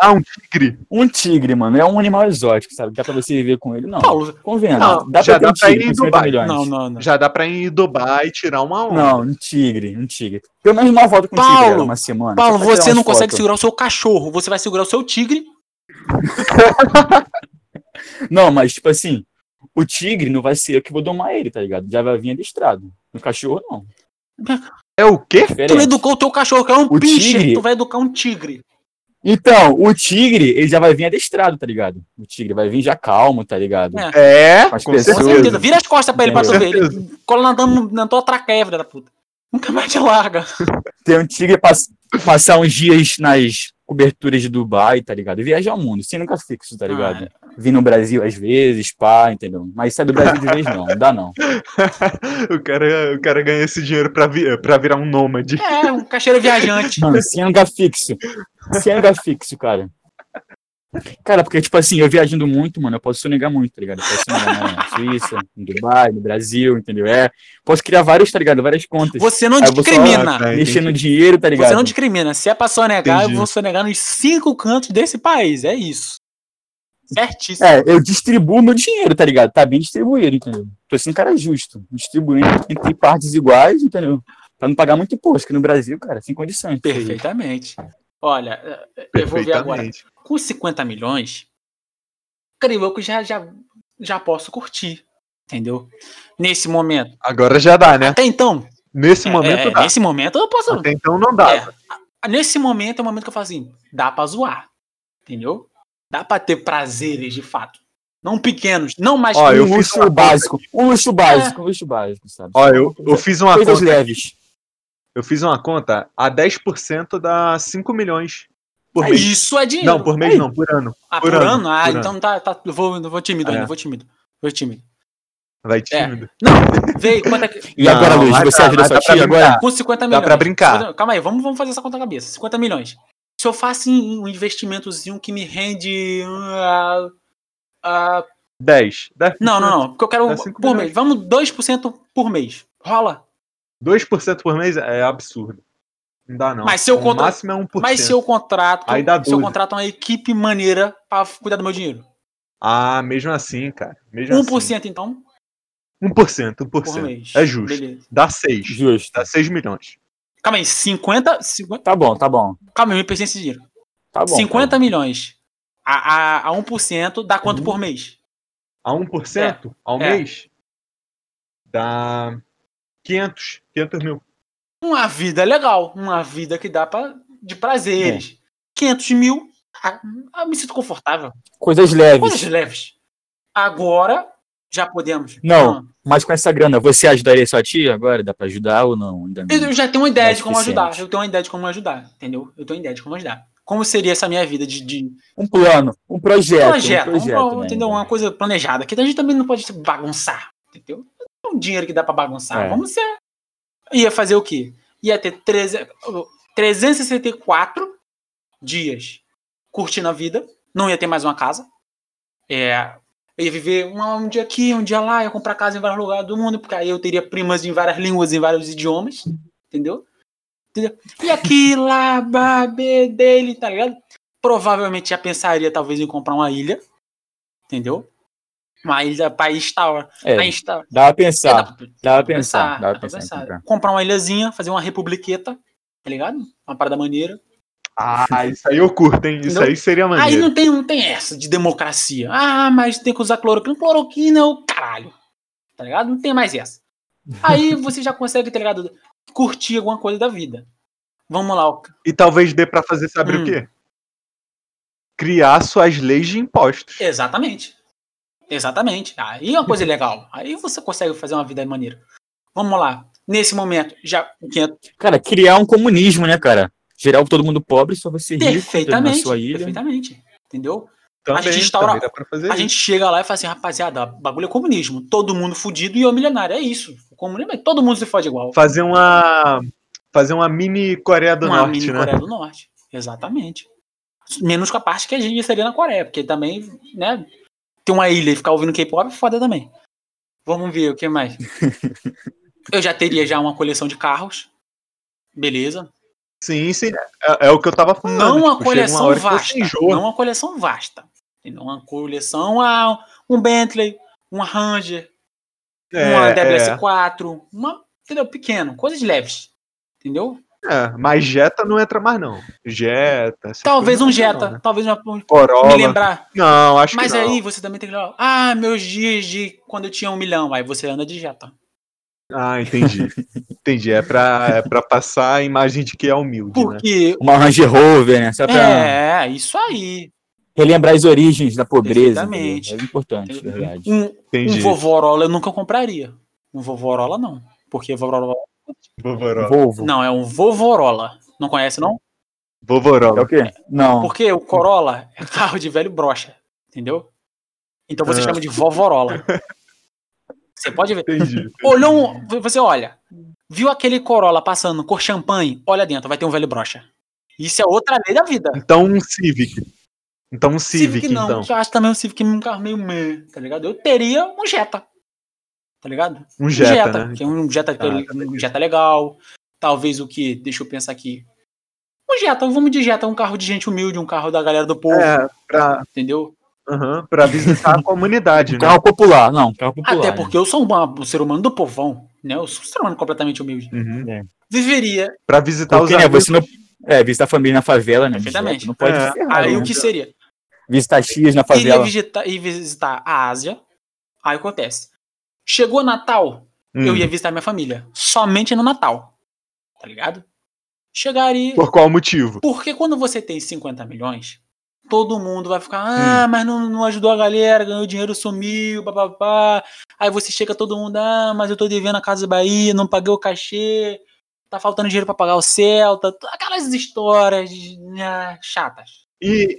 Ah, um tigre. Um tigre, mano, é um animal exótico, sabe? Dá pra você viver com ele? Não. Paulo, Convenha, Não, dá já pra ter dá um pra ir tigre em com 50 Dubai. milhões. não, não, não. Já dá pra ir em Dubai e tirar uma onda. Não, um tigre, um tigre. Pelo menos uma volta com um tigre, Paulo, era uma semana. Paulo, Só pra tirar você umas não consegue fotos. segurar o seu cachorro, você vai segurar o seu tigre. Não, mas tipo assim, o tigre não vai ser eu que vou domar ele, tá ligado? Já vai vir adestrado. No cachorro, não. É o quê? Tu não Diferente. educou o teu cachorro, que é um O pincher, tigre- tu vai educar um tigre. Então, o tigre, ele já vai vir adestrado, tá ligado? O tigre vai vir já calmo, tá ligado? É. É, As com pessoas- Com certeza. certeza. Vira as costas pra ele pra tu ver. Entendeu? Ele cola nadando na tua traqueia, filha da puta. Nunca mais te larga. Ter um tigre pass- passar uns dias nas coberturas de Dubai, tá ligado? E viajar ao mundo, sem nunca fixo, tá ligado? Ah, é. Vir no Brasil às vezes, pá, entendeu? Mas sai do Brasil de vez não, não dá não. O cara, o cara ganha esse dinheiro pra, vi- pra virar um nômade. É, um cacheiro viajante. Mano, sem lugar fixo. Sem lugar fixo, cara. Cara, porque, tipo assim, eu viajando muito, mano, eu posso sonegar muito, tá ligado? Eu posso sonegar na Suíça, em Dubai, no Brasil, entendeu? É, posso criar vários, tá ligado? Várias contas. Você né? não Aí eu vou Ah, discrimina. tá, Mexer no entendi. dinheiro, tá ligado? Você não discrimina. Se é pra sonegar, Entendi. eu vou sonegar nos cinco cantos desse país. É isso. Certíssimo. É, eu distribuo meu dinheiro, tá ligado? Tá bem distribuído, entendeu? Tô sendo um cara justo. Distribuindo entre partes iguais, entendeu? Pra não pagar muito imposto, que no Brasil, cara, sem condições. Tipo, Perfeitamente. Olha, eh, eu vou ver agora. Com 50 milhões, creio eu que já, já, já posso curtir. Entendeu? Nesse momento. Agora já dá, né? Até então. Nesse momento é, dá. Nesse momento eu posso. Até então não dá. É, a- nesse momento é o momento que eu falo assim, dá pra zoar. Entendeu? Dá pra ter prazeres de fato. Não pequenos, não mais Ó, Um eu fiz uma luxo conta básico, um luxo É. básico, um luxo básico, sabe? Ó, eu, eu fiz uma Coisas conta. leves. Eu fiz uma conta a 10% dá 5 milhões por Ah, mês. Isso é dinheiro. Não, por mês Aí. não, por ano. ah, por por, ano, ano? Ah, por então tá, tá. Eu vou, eu vou tímido É. ainda, vou tímido. Vou tímido. É. Vai tímido. Vê quanto é que. E Não, agora, Luiz, mas você dá- ajuda mas sua dá pra tia agora? brincar. Com 50 Ah, Dá milhões. pra brincar. Calma aí, vamos, vamos fazer essa conta cabeça. 50 milhões. Se eu faço em- um investimentozinho que me rende. ah, ah, 10. Dá não, não, não. Porque eu quero. Dá cinco Por milhões. mês. Vamos 2% por mês. Rola? 2% por mês é absurdo. Não dá, não. Mas se eu o contra- máximo é 1%. Mas se eu contrato, Aí dá se eu 12. contrato uma equipe maneira pra cuidar do meu dinheiro. Ah, mesmo assim, cara. Mesmo 1% assim. então 1%. 1%. por mês. É justo. Beleza. Dá 6. Justo. Dá 6 milhões. Calma aí, 50. 50 Tá bom, tá bom. calma aí, eu me pensei nesse dinheiro. Tá bom. 50 milhões a, a, a 1% dá Uhum. quanto por mês? A 1% ao é. mês dá 500. 500 mil. Uma vida legal. Uma vida que dá pra, de É. prazeres. 500 mil. ah, ah, me sinto confortável. Coisas leves. Coisas leves. Agora, já podemos. Não. Ah, Mas com essa grana, você ajudaria sua tia agora? Dá pra ajudar ou não? Ainda não. Eu já tenho uma ideia É de como ajudar. suficiente. Eu tenho uma ideia de como ajudar, entendeu? Eu tenho uma ideia de como ajudar. Como seria essa minha vida de- de, Um plano, um projeto. projeto, um vamos projeto pra- né? entendeu? Uma coisa planejada, que a gente também não pode bagunçar, entendeu? Não é um dinheiro que dá pra bagunçar, É. vamos ser. Ia fazer o quê? Ia ter 13, 364 dias curtindo a vida, não ia ter mais uma casa. É, eu ia viver uma- um, dia aqui, um dia lá, ia comprar casa em vários lugares do mundo, porque aí eu teria primas em várias línguas, em vários idiomas, entendeu? Entendeu? E aqui, lá, babê dele, tá ligado? Provavelmente já pensaria talvez em comprar uma ilha, entendeu? Uma ilha pra instaurar. É, Tá, pra instaurar- dá pra é, dá pensar. pra- Dá pra pensar. Dá pra pensar. então. em comprar. Comprar uma ilhazinha, fazer uma republiqueta, tá ligado? Uma parada maneira. Ah, isso aí eu curto, hein? Isso Não. aí seria Aí maneiro. não tem, não tem essa de democracia. Ah, mas tem que usar cloroquina. Cloroquina é o caralho. Tá ligado? Não tem mais essa. Aí você já consegue, tá ligado? Curtir alguma coisa da vida. Vamos lá. ó. E talvez dê pra fazer, sabe o Hum. quê? Criar suas leis de impostos. Exatamente. Exatamente. Aí é uma coisa legal. Aí você consegue fazer uma vida maneira. Vamos lá. Nesse momento, já é 500 Cara, criar um comunismo, né, cara? Geral, todo mundo pobre, só você rico na perfeitamente. sua ilha. né? Perfeitamente. Entendeu? Também, É, gente instaura- também dá pra fazer A isso. gente chega lá e fala assim, rapaziada, bagulho é comunismo. Todo mundo fudido e eu milionário. É isso. O comunismo é todo mundo se fode igual. Fazer uma. Fazer uma mini Coreia do Uma Norte, mini né? Coreia do Norte. Exatamente. Menos com a parte que a gente seria na Coreia, porque também, né? Ter uma ilha e ficar ouvindo K-pop é foda também. Vamos ver o que mais. Eu já teria já uma coleção de carros. Beleza. Sim, sim. É, é o que eu tava falando. Não tipo, uma chega coleção hora que você vasta. enjoa. Não uma coleção vasta. Entendeu? Uma coleção, ah, um Bentley, um Ranger, uma é, DBS4, uma, entendeu? Pequeno, coisas leves. Entendeu? é, mas Jetta não entra mais, não. Jetta. essas Talvez um coisas não entra, Jetta, Não, né? talvez talvez uma, um- Corolla. me lembrar. Não, acho Mas que não. aí você também tem que lembrar. Ah, meus dias de quando eu tinha um milhão. Aí você anda de Jetta. Ah, entendi. entendi. É pra, é pra passar a imagem de que é humilde, né? Porque. Uma Range Rover, né? Só pra É, isso aí. relembrar as origens da pobreza. Exatamente. entendeu? É importante, Entendeu? verdade. Um, Entendi. Um Vovorola eu nunca compraria. Um Vovorola não. Porque Vovorola. Vovorola. Volvo. Não, é um Vovorola. Não conhece, não? É o Vovorola. quê? Não. Porque o Corolla é carro de velho brocha. Entendeu? Então você Ah. chama de Vovorola. Você pode ver. Entendi. Olhou um. Você olha. Viu aquele Corolla passando cor champanhe? Olha dentro, vai ter um velho brocha. Isso é outra lei da vida. Então um Civic. Então um Civic, não, então. que eu acho também um Civic um carro meio meh, tá ligado? Eu teria um Jetta. Tá ligado? Um um Jetta, Jetta, né? que é um Jetta, que é tá um Jetta legal, talvez o que, deixa eu pensar aqui, um Jetta, vamos de Jetta, um carro de gente humilde, um carro da galera do povo, É, pra, entendeu? aham, pra visitar a comunidade, né? Carro popular, não. Carro popular. Até né? porque eu sou uma- um ser humano do povão, né, eu sou um ser humano completamente humilde, Uhum. viveria, Pra visitar Porque, os né, amigos. você não... É, visitar a família na favela, né? tá Perfeitamente. direto, Não pode É. ferrar, aí né? o que seria? Visitar X na Iria favela. visitar, ir visitar a Ásia, aí acontece, chegou Natal, eu Hum, ia visitar minha família, somente no Natal, tá ligado? Chegaria, Por qual motivo? Porque quando você tem 50 milhões, todo mundo vai ficar, ah, mas não, não ajudou a galera, ganhou dinheiro, sumiu, papapá. Aí você chega todo mundo, ah, mas eu tô devendo a Casa Bahia, não paguei o cachê, tá faltando dinheiro pra pagar o Celta. Aquelas histórias né, chatas. E,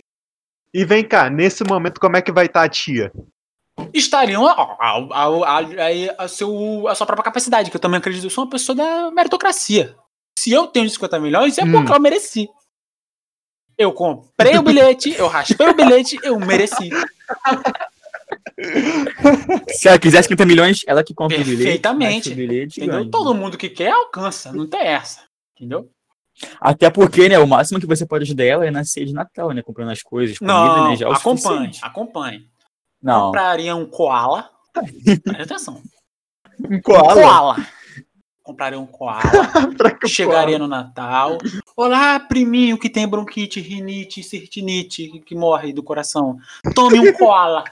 e vem cá, nesse momento, como é que vai estar a tia? Estariam ao- ao- ao- a- aí a, seu- a sua própria capacidade, que eu também acredito, eu sou uma pessoa da meritocracia. Se eu tenho 50 milhões, é Hum. porque eu mereci. Eu comprei o bilhete, eu raspei o bilhete, eu mereci. Se ela quiser 50 milhões, ela que compra o bilhete. Perfeitamente, acha o bilhete e Entendeu? ganha. Todo mundo que quer alcança, não tem essa. Entendeu? Até porque, né, o máximo que você pode ajudar ela é na ceia de Natal, né? Comprando as coisas, comida, Não, né? Já é o acompanhe, suficiente. acompanhe. Não. Compraria um koala. Presta atenção. Um Koala. Compraria um koala. chegaria no Natal. Olá, priminho que tem bronquite, rinite, sertinite, que morre do coração. Tome um koala.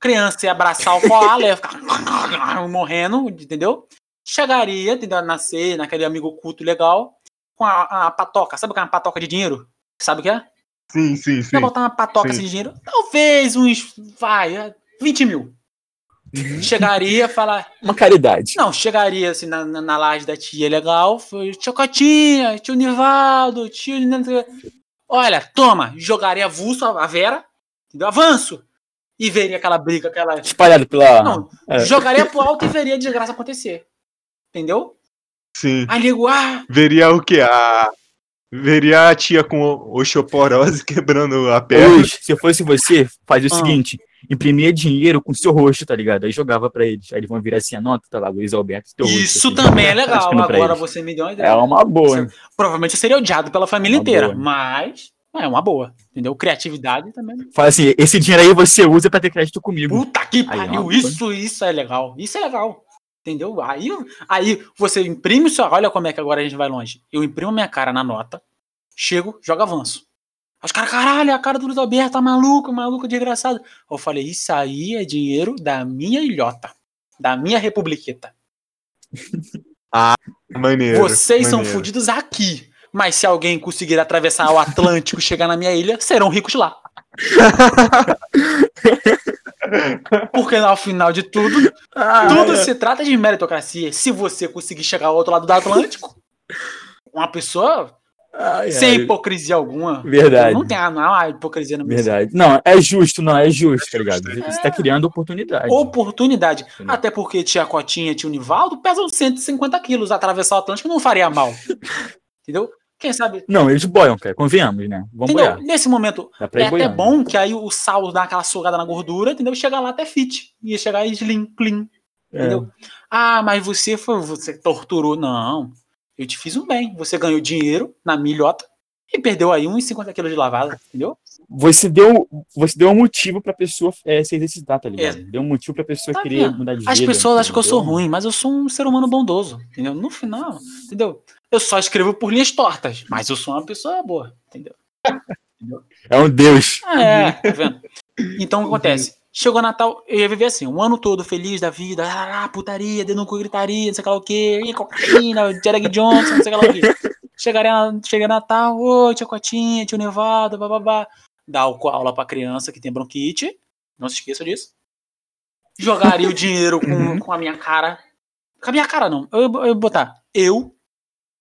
Criança ia abraçar o koala, ia ficar morrendo, entendeu? Chegaria, entendeu? Nascer naquele amigo culto legal, com a, a patoca. Sabe o que é uma patoca de dinheiro? Sabe o que é? Sim, sim, sim. Vai botar uma patoca Sim. assim de dinheiro? Talvez uns. Vai, é, 20 mil. Uhum. Chegaria, falar. Uma caridade. Não, chegaria assim na, na, na laje da tia legal. foi, Tia Cotinha, tio Nivaldo, tio. Olha, toma, jogaria avulso a a Vera, entendeu? Avanço! E veria aquela briga, aquela. Espalhado pela. Não, é. jogaria pro alto e veria a desgraça acontecer. Entendeu? Sim. Aí ligo, ah, Veria o quê? A... Veria a tia com o- osteoporose quebrando a perna. Hoje, se eu fosse você, fazia o Ah. seguinte: imprimia dinheiro com seu rosto, tá ligado? Aí jogava pra eles. Aí eles vão virar assim: anota, tá lá, Luiz Alberto, teu rosto. isso assim, também tá é legal. ficando pra Agora eles. você me deu uma ideia. É uma boa, hein? provavelmente eu seria odiado pela família Uma inteira, boa, né? mas é uma boa, entendeu? Criatividade também. é Fala assim: esse dinheiro aí você usa pra ter crédito comigo. Puta que Aí, pariu, ó. isso, isso é legal, isso é legal, entendeu? Aí, aí você imprime o seu, olha como é que agora a gente vai longe. Eu imprimo minha cara na nota, chego, jogo avanço. Aí Os caras, caralho, a cara do Luiz Alberto tá maluco, maluco, desgraçado. Eu falei, isso aí é dinheiro da minha ilhota, da minha republiqueta. Maneiro. Vocês são maneiro. fudidos aqui. Mas se alguém conseguir atravessar o Atlântico e chegar na minha ilha, serão ricos lá. Porque ao final de tudo, Ah, é. tudo assim. se trata de meritocracia. Se você conseguir chegar ao outro lado do Atlântico, uma pessoa Ai, ai, sem hipocrisia alguma. É, Verdade. Não tem ah, não há hipocrisia no meu Verdade. Não, é justo, não, é justo, tá ligado? Você tá criando oportunidade. Oportunidade. Entendeu? Até porque tia Cotinha e tio Nivaldo pesam 150 quilos. Atravessar o Atlântico não faria mal. Entendeu? Quem sabe. Não, eles boiam, cara, convenhamos, né? Vamos Entendeu? boiar. Nesse momento, Dá pra É ir até boiando. bom que aí o sal dá aquela sugada na gordura, entendeu? Chegar lá até fit. Ia chegar aí slim, clean. É. Entendeu? Ah, mas você foi, você torturou. Não. Eu te fiz um bem. Você ganhou dinheiro na milhota e perdeu aí uns 50 quilos de lavada, entendeu? Você deu, você deu um motivo pra pessoa é, se exercitar, tá ligado? É. Deu um motivo pra pessoa Tá querer vendo? mudar de vida. As pessoas acham que eu sou entendeu? ruim, mas eu sou um ser humano bondoso, entendeu? No final, entendeu? Eu só escrevo por linhas tortas, mas eu sou uma pessoa boa, entendeu? É um deus. Ah, é, tá vendo? Então o que acontece? Chegou Natal, eu ia viver assim, um ano todo feliz da vida, ah, putaria, dedo no cu, gritaria, não sei lá o quê, e cocaína, Jared Johnson, não sei lá o quê. Chegaria, chega Natal, ô, tia Cotinha, tio Nevado, bababá. Dá o- aula pra criança que tem bronquite, não se esqueça disso. Jogaria o dinheiro com, com a minha cara. Com a minha cara, não. Eu, eu ia botar eu,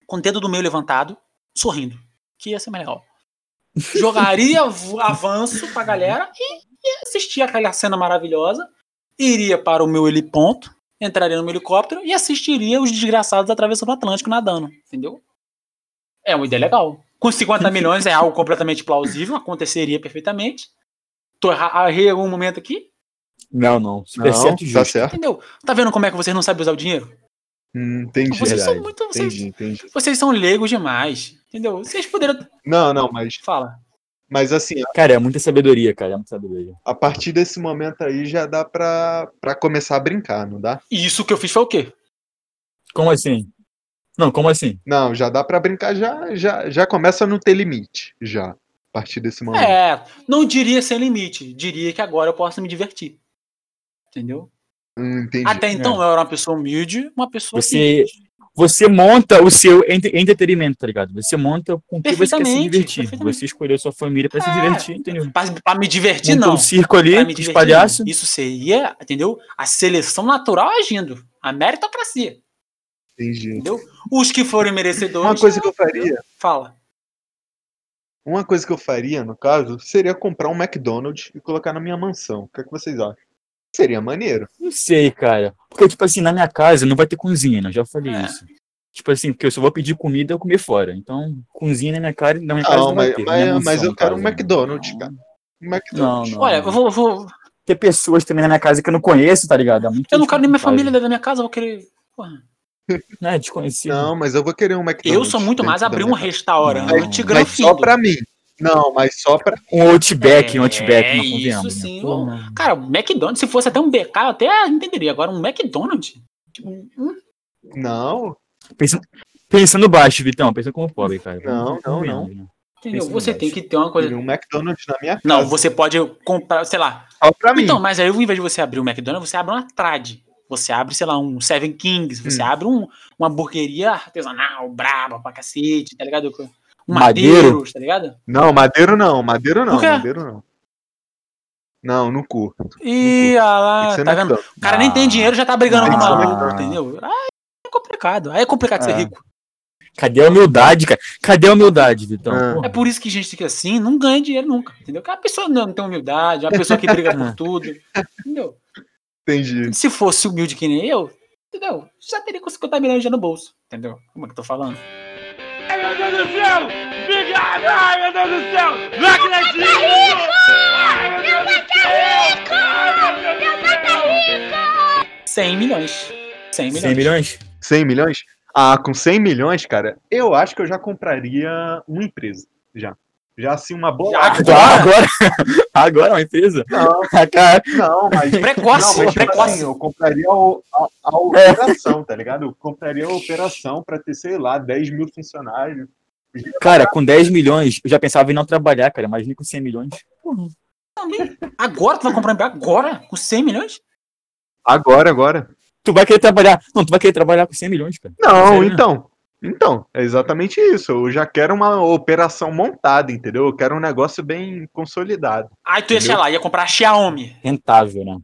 com o dedo do meio levantado, sorrindo. Que ia ser mais legal jogaria av- avanço pra galera e, e assistia aquela cena maravilhosa, iria para o meu heliponto, entraria no meu helicóptero e assistiria os desgraçados atravessando o Atlântico nadando, entendeu? É uma ideia legal. Com 50 milhões é algo completamente plausível, aconteceria perfeitamente. Tô erra- errei algum momento aqui, Não, não. Super Não, certo, tá justo. certo. entendeu? Tá vendo como é que vocês não sabem usar o dinheiro? Hum, entendi. Vocês Verdade. são muito. Vocês, Entendi, entendi. vocês são leigos demais, entendeu? Vocês poderiam. Não, não, mas, Fala. mas assim, Cara, é muita sabedoria, cara. É muita sabedoria. a partir desse momento aí já dá pra, pra começar a brincar, não dá? E isso que eu fiz foi o quê? Como assim? Não, como assim? Não, já dá pra brincar, já, já, já começa a não ter limite, já. A partir desse momento. É, não diria sem limite, diria que agora eu posso me divertir. Entendeu? Hum, entendi. Até então eu era uma pessoa humilde, uma pessoa Você- simples. Você monta o seu entre- entretenimento, tá ligado? Você monta com o que você quer se Perfeitamente, divertir. perfeitamente. Você escolheu sua família pra se É. divertir, entendeu? Pra, pra me divertir, Montou não. um circo ali, Pra me os divertir, palhaços. não. Isso seria, entendeu? A seleção natural agindo. A meritocracia. entendi. Os que forem merecedores. Uma coisa ah, que eu faria, Fala. uma coisa que eu faria, no caso, seria comprar um McDonald's e colocar na minha mansão. O que, é que vocês acham? Seria maneiro. Não sei, cara. Porque, tipo assim, na minha casa não vai ter cozinha, né? Eu já falei É. isso. Tipo assim, porque eu só vou pedir comida e eu comer fora. Então, cozinha na minha, cara, na minha casa Não, não vai Ah, mas, ter. mas, Minha mas mansão, eu quero um casa, né? McDonald's, Não. cara. Um Não, McDonald's. não. Olha, eu vou, eu vou- Ter pessoas também na minha casa que eu não conheço, tá ligado? É muito Eu não quero nem minha complicado. família dentro da minha casa, eu vou querer. Porra. Né? Desconhecido. Não, mas eu vou querer um McDonald's. Eu sou muito mais dentro da abrir um minha casa. restaurante Não. Mas só granfido. pra mim. Não, mas só pra Um outback, um É, outback, não isso convenhamos. né? sim, Pô, ô, mano. Cara, o McDonald's, se fosse até um BK, eu até entenderia. Agora, um McDonald's? Tipo, um- Não, Pensa- Pensando baixo, Vitão, pensa como pobre, cara. Não, não, Convenhamos, né? entendeu? Pensa Você no tem baixo. que ter uma coisa. queria um McDonald's na minha casa. Não, você pode comprar, sei lá. Só pra mim. Então, mas aí, ao invés de você abrir um McDonald's, você abre uma trad. Você abre, sei lá, um Seven Kings. Você Hum. abre um, uma hamburgueria artesanal, braba pra cacete, tá ligado? Um Madeiro. Madeiros, tá ligado? Não, madeiro não, madeiro não, Por quê? madeiro não. Não, não curto. E ah, lá, Tem que ser tá vendo? McDonald's. O cara nem tem dinheiro, já tá brigando com o Ah. maluco, entendeu? Aí é complicado. Aí é complicado ser É. rico. Cadê a humildade, cara? Cadê a humildade, Vitão? Ah. Porra. É por isso que gente que assim não ganha dinheiro nunca, entendeu? Que a pessoa não não tem humildade, é uma pessoa que briga por tudo, entendeu? Entendi. Se fosse humilde que nem eu, entendeu? Já teria com 50 milhões já no bolso, entendeu? Como é que eu tô falando? Ai, meu Deus do céu! Obrigado! Ai, meu Deus do céu! Não acredito! Ai, meu Deus do céu! Ai, meu tá Deus do céu! 100 milhões. 100 milhões. 100 milhões? 100 milhões? Ah, com 100 milhões, cara, eu acho que eu já compraria uma empresa, já. Já assim, uma boa... Já? Agora, agora, agora é uma empresa. Não, Cara, não, mas... Precoce, não, mas, tipo precoce. assim, eu compraria o- a, a operação, tá ligado? Eu compraria a operação pra ter, sei lá, 10 mil funcionários. cara, com 10 milhões, eu já pensava em não trabalhar, cara. Imagina com 100 milhões. Também. Agora tu vai comprar um emprego? Agora? Com 100 milhões? Agora, agora. Tu vai querer trabalhar. Não, tu vai querer trabalhar com 100 milhões, cara. Não, é. Sério? então. Então, é exatamente isso. Eu já quero uma operação montada, entendeu? Eu quero um negócio bem consolidado. Aí tu ia, sei Entendeu? lá, ia comprar a Xiaomi. Rentável, né?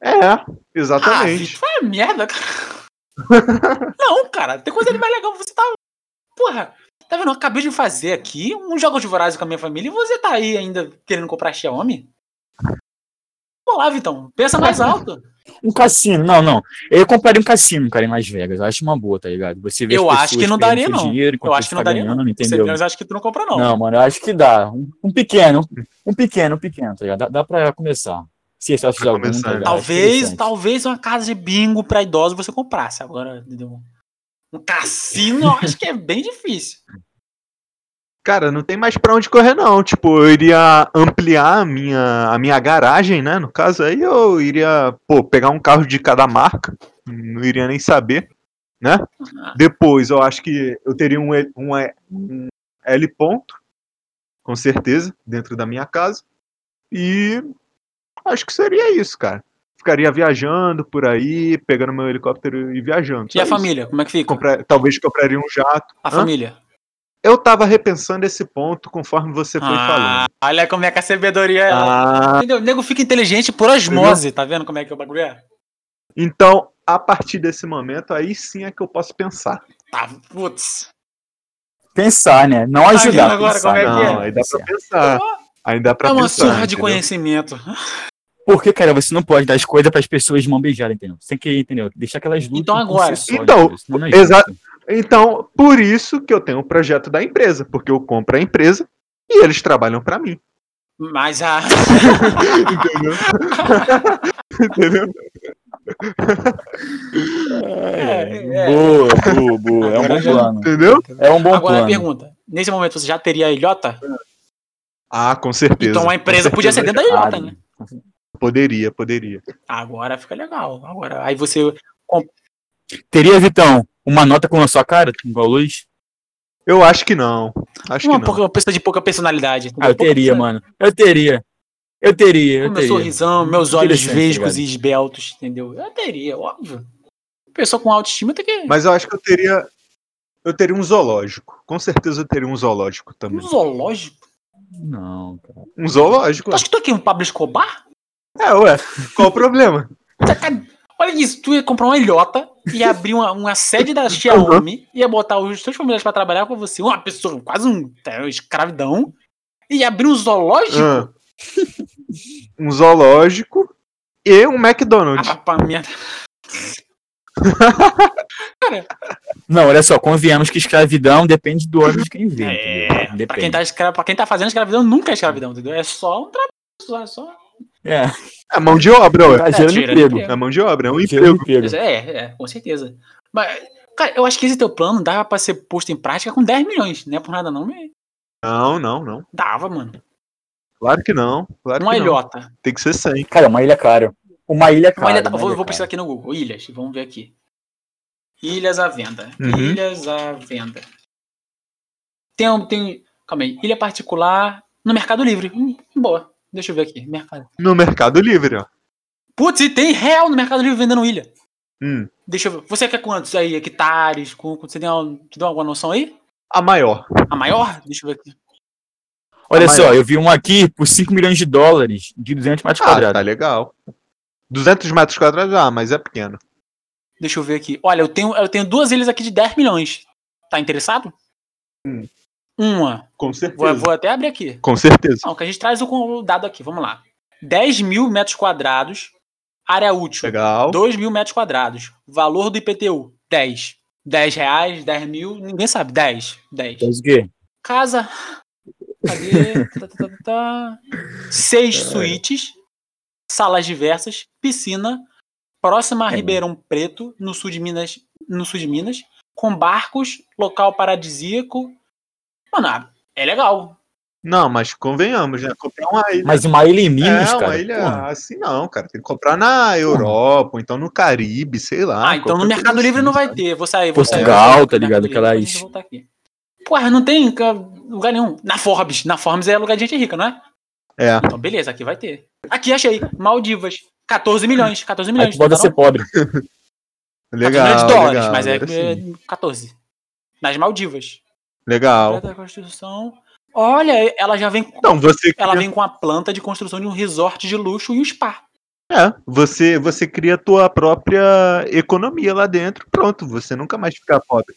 É, Ah, exatamente. Vitor, é merda, cara. Não, cara, tem coisa mais legal. Você tá. Porra, tá vendo? Eu acabei de fazer aqui um jogo de vorazes com a minha família e você tá aí ainda querendo comprar Xiaomi? Vamos lá, Vitão. Pensa mais alto. Um cassino, não, não. Eu compraria um cassino, cara, em Las Vegas. Eu acho uma boa, tá ligado? Você vê Eu as acho que pessoas não perdendo seu daria, não. Dinheiro, enquanto acho você que não tá daria, não. ganhando, entendeu? Você acho que tu não compra, não. Não, mano, eu acho que dá. Um, um pequeno, um pequeno, um pequeno, tá ligado? Dá, dá pra começar. Se esse de algum, começando. tá ligado? Talvez, Interessante. talvez uma casa de bingo pra idosos você comprasse. Agora, entendeu? Um cassino, eu acho que é bem difícil. Cara, não tem mais pra onde correr, não. Tipo, eu iria ampliar a minha, a minha garagem, né? No caso, aí eu iria, pô, pegar um carro de cada marca. Não iria nem saber, né? Depois, eu acho que eu teria um, L- um, E- um L ponto, com certeza, dentro da minha casa. E acho que seria isso, cara. Ficaria viajando por aí, pegando meu helicóptero e viajando. E Só a isso. família, como é que fica? Comprar- talvez compraria um jato. A Hã? família. Eu tava repensando esse ponto conforme você foi Ah, falando. olha como é que a sabedoria é. Ah, Entendeu? O nego fica inteligente por osmose, tá vendo como é que é o bagulho é? então, a partir desse momento, aí sim é que eu posso pensar. Tá, putz. Pensar, né? Não vendo ajudar. Tá agora pensar, como é que né? é? Não, aí dá pra pensar. Aí dá pra é uma pensar. surra de entendeu? conhecimento. Porque, cara, você não pode dar as coisas pras pessoas de mão beijada, entendeu? Você tem que, entendeu? Deixar aquelas lutas. Então agora. Então, é exato. Então, por isso que eu tenho o projeto da empresa, porque eu compro a empresa e eles trabalham pra mim. Mas a. Entendeu? entendeu? É, é. Boa, boa, boa. É um bom plano. Entendeu? É um bom Agora a plano. pergunta. Nesse momento você já teria a ilhota? Ah, com certeza. Então a empresa Com podia ser certeza. dentro da ilhota, Ah, né? Poderia, poderia. Agora fica legal. Agora, aí você. Teria, Vitão, uma nota com a sua cara, com a luz? Eu acho que não. Acho uma, que não. pouca- uma pessoa de pouca personalidade. Ah, eu entendeu? teria, Pouca- mano. Eu teria. Eu teria, Com eu meu teria. sorrisão, meus olhos Interessante, vesgos tá e esbeltos, entendeu? Eu teria, óbvio. Pessoa com autoestima tem que. Mas eu acho que eu teria. Eu teria um zoológico. Com certeza eu teria um zoológico Um também. zoológico? Não, cara. Um zoológico? Tu acha que tu aqui é um Pablo Escobar? É, ué. Qual o problema? Tá ca- Olha isso, tu ia comprar uma ilhota e abrir uma, uma sede da Uhum. Xiaomi, ia botar os teus familiares pra trabalhar com você, uma pessoa, quase um tá, escravidão, e abrir um zoológico Ah. Um zoológico e um McDonald's. ah, pra minha... Não, olha só, convenhamos que escravidão depende do olho de quem vê. entendeu? pra, quem Depende. tá escra... pra quem tá fazendo escravidão, nunca é escravidão, entendeu? É só um trabalho, só, é só... É, É mão de obra, ué. tá gerando tira, emprego. tira. É mão de obra, é um Gerando emprego. emprego. É, é, com certeza. Mas, cara, eu acho que esse teu plano dava pra ser posto em prática com 10 milhões, não é por nada não, mas Não, não, não. dava, mano. Claro que não. Claro uma que não. ilhota. Tem que ser 100. Cara, é uma ilha cara. Uma ilha cara. Uma ilha- tá- né, uma vou, ilha vou cara. pesquisar aqui no Google, ilhas, vamos ver aqui. Ilhas à venda. Uhum. Ilhas à venda. Tem, um- tem. Calma aí. Ilha particular no Mercado Livre. Hum, boa. Deixa eu ver aqui. Mercado. No Mercado Livre, ó. Putz, e tem real no Mercado Livre vendendo ilha. Hum. Deixa eu ver. Você quer quantos aí? Hectares? Com, com- você tem uma- te deu alguma noção aí? A maior. A maior? Deixa eu ver aqui. Olha A só, maior. eu vi um aqui por 5 milhões de dólares de 200 metros é- Ah, tá quadrados. legal. 200 metros quadrados, ah, mas é pequeno. Deixa eu ver aqui. Olha, eu tenho, eu tenho duas ilhas aqui de 10 milhões. Tá interessado? Hum. Uma. Com Vou, certeza. vou até abrir aqui. Com certeza. Não, que a gente traz o con- o dado aqui, vamos lá. 10 mil metros quadrados, área útil, Legal. 2 mil metros quadrados, valor do IPTU, 10. 10 reais, 10 mil, ninguém sabe, 10, 10. Faz o quê? Casa, cadê? Tá, tá, tá, tá. Seis suítes, salas diversas, piscina, próxima a É. Ribeirão Preto, no sul de Minas, no sul de Minas, com barcos, local paradisíaco. Mano, ah, é legal. Não, mas convenhamos, né? Comprar uma ilha. Mas uma ilha em é, Minas, uma cara. ilha porra. assim não, cara. Tem que comprar na Europa, ou então no Caribe, sei lá. Ah, então no qualquer Mercado coisa Livre não assim, vai sabe? ter. Vou sair, vou sair. Portugal, Vou tá sair do ligado? Mercado Livre, depois Aquelas- a gente volta aqui. Porra, não tem ca- lugar nenhum. Na Forbes. Na Forbes é lugar de gente rica, não é? É. Então, beleza, aqui vai ter. Aqui achei. Maldivas. 14 milhões. 14 Aí milhões. tu bota não tá ser não? pobre. Legal. 14 milhões de dólares, legal, assim, mas é, agora é sim. 14. Nas Maldivas. Legal. Da Constituição. Olha, ela já vem. Então, você É. Ela cria, vem com a planta de construção de um resort de luxo e um spa. é, você, você cria a tua própria economia lá dentro, pronto, você nunca mais fica pobre.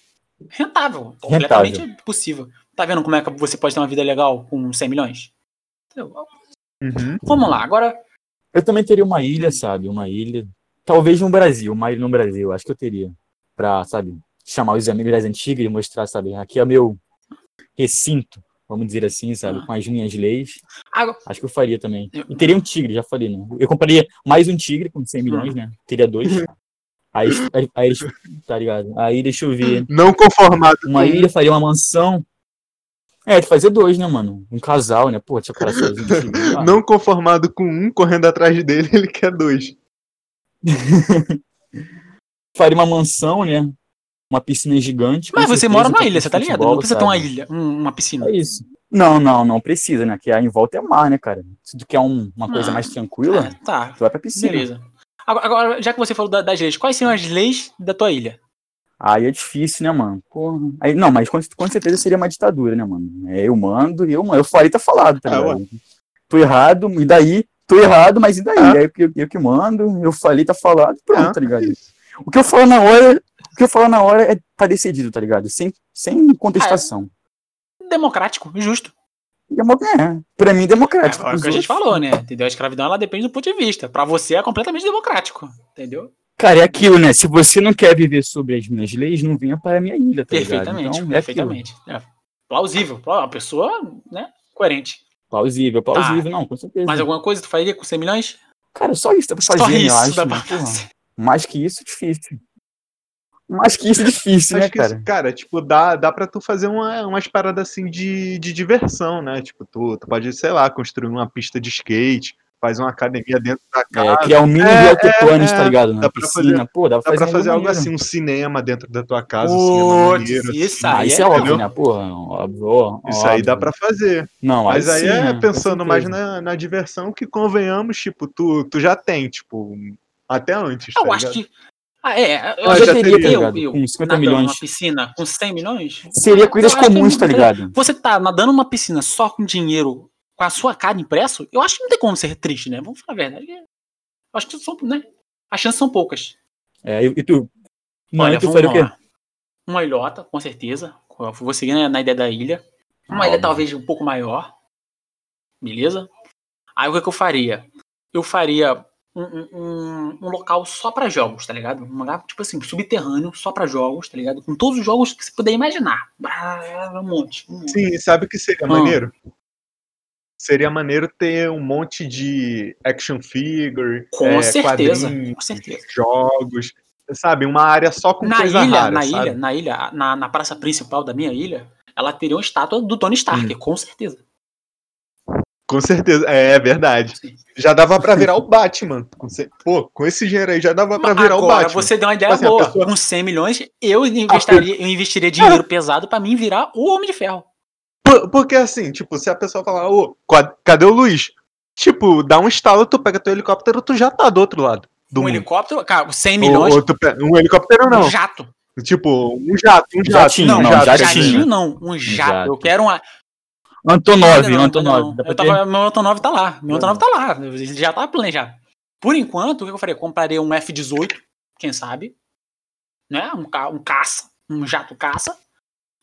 rentável, completamente possível. Tá vendo como é que você pode ter uma vida legal com 100 milhões? Entendeu? Uhum. Vamos lá, agora. Eu também teria uma ilha, sabe? Uma ilha. Talvez no Brasil, uma ilha no Brasil, acho que eu teria. Pra, sabe, chamar os amigos das antigas e mostrar, sabe, aqui é o meu recinto. vamos dizer assim, sabe? Ah. Com as minhas leis. Agora- Acho que eu faria também. Eu- E teria um tigre, já falei, né? Eu compraria mais um tigre com 100 milhões, né? Teria dois. Uhum. Aí, aí, aí, tá ligado? Aí deixa eu ver. Não conformado Uma ilha, faria uma mansão. É, de fazer dois, né, mano? Um casal, né? Pô, tinha cara sozinho. assim, ah, Não conformado com um correndo atrás dele, ele quer dois. Faria uma mansão, né? Uma piscina gigante. com Mas você certeza, mora um numa campo ilha, de você tá ligado? futebol, Não precisa ter sabe? uma ilha, um- uma piscina. É isso. Não, não, não precisa, né? Que aí em volta é mar, né, cara? Se tu quer um- uma coisa Ah, mais tranquila, É, tá, tu vai pra piscina. beleza. Agora, agora, já que você falou da- das leis, quais são as leis da tua ilha? Aí é difícil, né, mano? Porra. Aí, não, mas com, com certeza seria uma ditadura, né, mano? É, eu mando e eu mando. Eu falei, tá falado, tá É, Ah, ligado? Tô errado, e daí? Tô errado, mas e daí? Ah. É. Aí eu, eu que mando, eu falei, tá falado, pronto, Ah, tá ligado? isso. O que eu falo na hora, o que eu falo na hora é tá decidido, tá ligado? Sem, sem contestação. Democrático, justo. E é, uma- é, pra mim, democrático. Agora, é o Os que a gente outros- falou, né? Entendeu? A escravidão ela depende do ponto de vista. Pra você é completamente democrático, entendeu? Cara, é aquilo, né? Se você não quer viver sobre as minhas leis, não venha para a minha ilha, tá ligado? perfeitamente, Então, é aquilo. perfeitamente. É plausível, plau- uma pessoa, né? Coerente. Plausível, é Tá. plausível, não, com certeza. Mais alguma coisa tu faria com 100 milhões? Cara, só isso dá pra fazer, Só né, eu isso acho. dá pra né? Porra. fazer. Mais que isso, difícil. Mais que isso, difícil, Acho né, que isso, cara? cara, tipo, dá, dá pra tu fazer uma, umas paradas assim de, de diversão, né? Tipo, tu, tu pode, sei lá, construir uma pista de skate, faz uma academia dentro da casa. É, criar um mini é, biotoplanes, é, tá ligado? Na dá pra piscina, pô, dá pra Dá fazer, pra fazer algo maneiro. assim, um cinema dentro da tua casa, um cinema Putz, maneiro. isso Ah, aí isso é é óbvio, entendeu? né? Porra, óbvio, ó, Isso aí óbvio. dá pra fazer. Não, Mas aí sim, é né, com pensando mais certeza. na, na diversão que convenhamos, tipo, tu, tu já tem, tipo, até antes. Eu tá acho ligado? que. Ah, é. Eu, Eu, já já teria, teria, tá ligado? eu- com 50 nadando milhões. numa piscina com 100 milhões? Seria coisas Eu acho que é comuns, muito tá ligado? Você tá nadando numa piscina só com dinheiro, com a sua cara impresso? Eu acho que não tem como ser triste, né? Vamos falar a verdade. Eu acho que são, né? As chances são poucas. É, e, e tu? Mano, Olha, tu vamos faria o quê? lá. Uma ilhota, com certeza. Eu vou seguir né, na- na ideia da ilha. Uma Ah, ilha óbvio. talvez um pouco maior. Beleza? Aí o que, que eu faria? Eu faria um, um- um- um local só pra jogos, tá ligado? Um lugar, tipo assim, subterrâneo, só pra jogos, tá ligado? Com todos os jogos que você puder imaginar. Bah, Um monte. Um monte. Sim, sabe o que seria Ah. maneiro? Seria maneiro ter um monte de action figure, Com é, certeza, quadrinhos, com certeza. jogos, sabe? Uma área só com Na coisa ilha, rara, na sabe? ilha, na ilha, na, na praça principal da minha ilha, ela teria uma estátua do Tony Hum. Stark, com certeza. Com certeza, é, é verdade. Sim. Já dava pra virar o Batman. Com cer- Pô, com esse dinheiro aí já dava pra virar o Agora, Batman. você deu uma ideia Assim, a boa. pessoa- Com 100 milhões, eu investiria, eu investiria dinheiro pesado pra mim virar o Homem de Ferro. Por- porque assim, tipo, se a pessoa falar, ô, qua- cadê o Luiz? Tipo, dá um estalo, tu pega teu helicóptero, tu já tá do outro lado do um mundo. helicóptero, cara, 100 Ou- milhões, ou tu pe- um helicóptero um não. jato. Tipo, um jato, um jato. Jatinho, um não, quer jatinho. dizer, né? jatinho não, um jato. jato. Eu quero uma... Antonov, Ainda não, Antonov. Dá ainda não. Eu pra ter? tava- Meu Antonov tá lá, meu Antonov tá lá, ele já tá planejado. Por enquanto, o que eu faria? Compraria um F-18, quem sabe, né? Um, ca- um caça, um jato caça.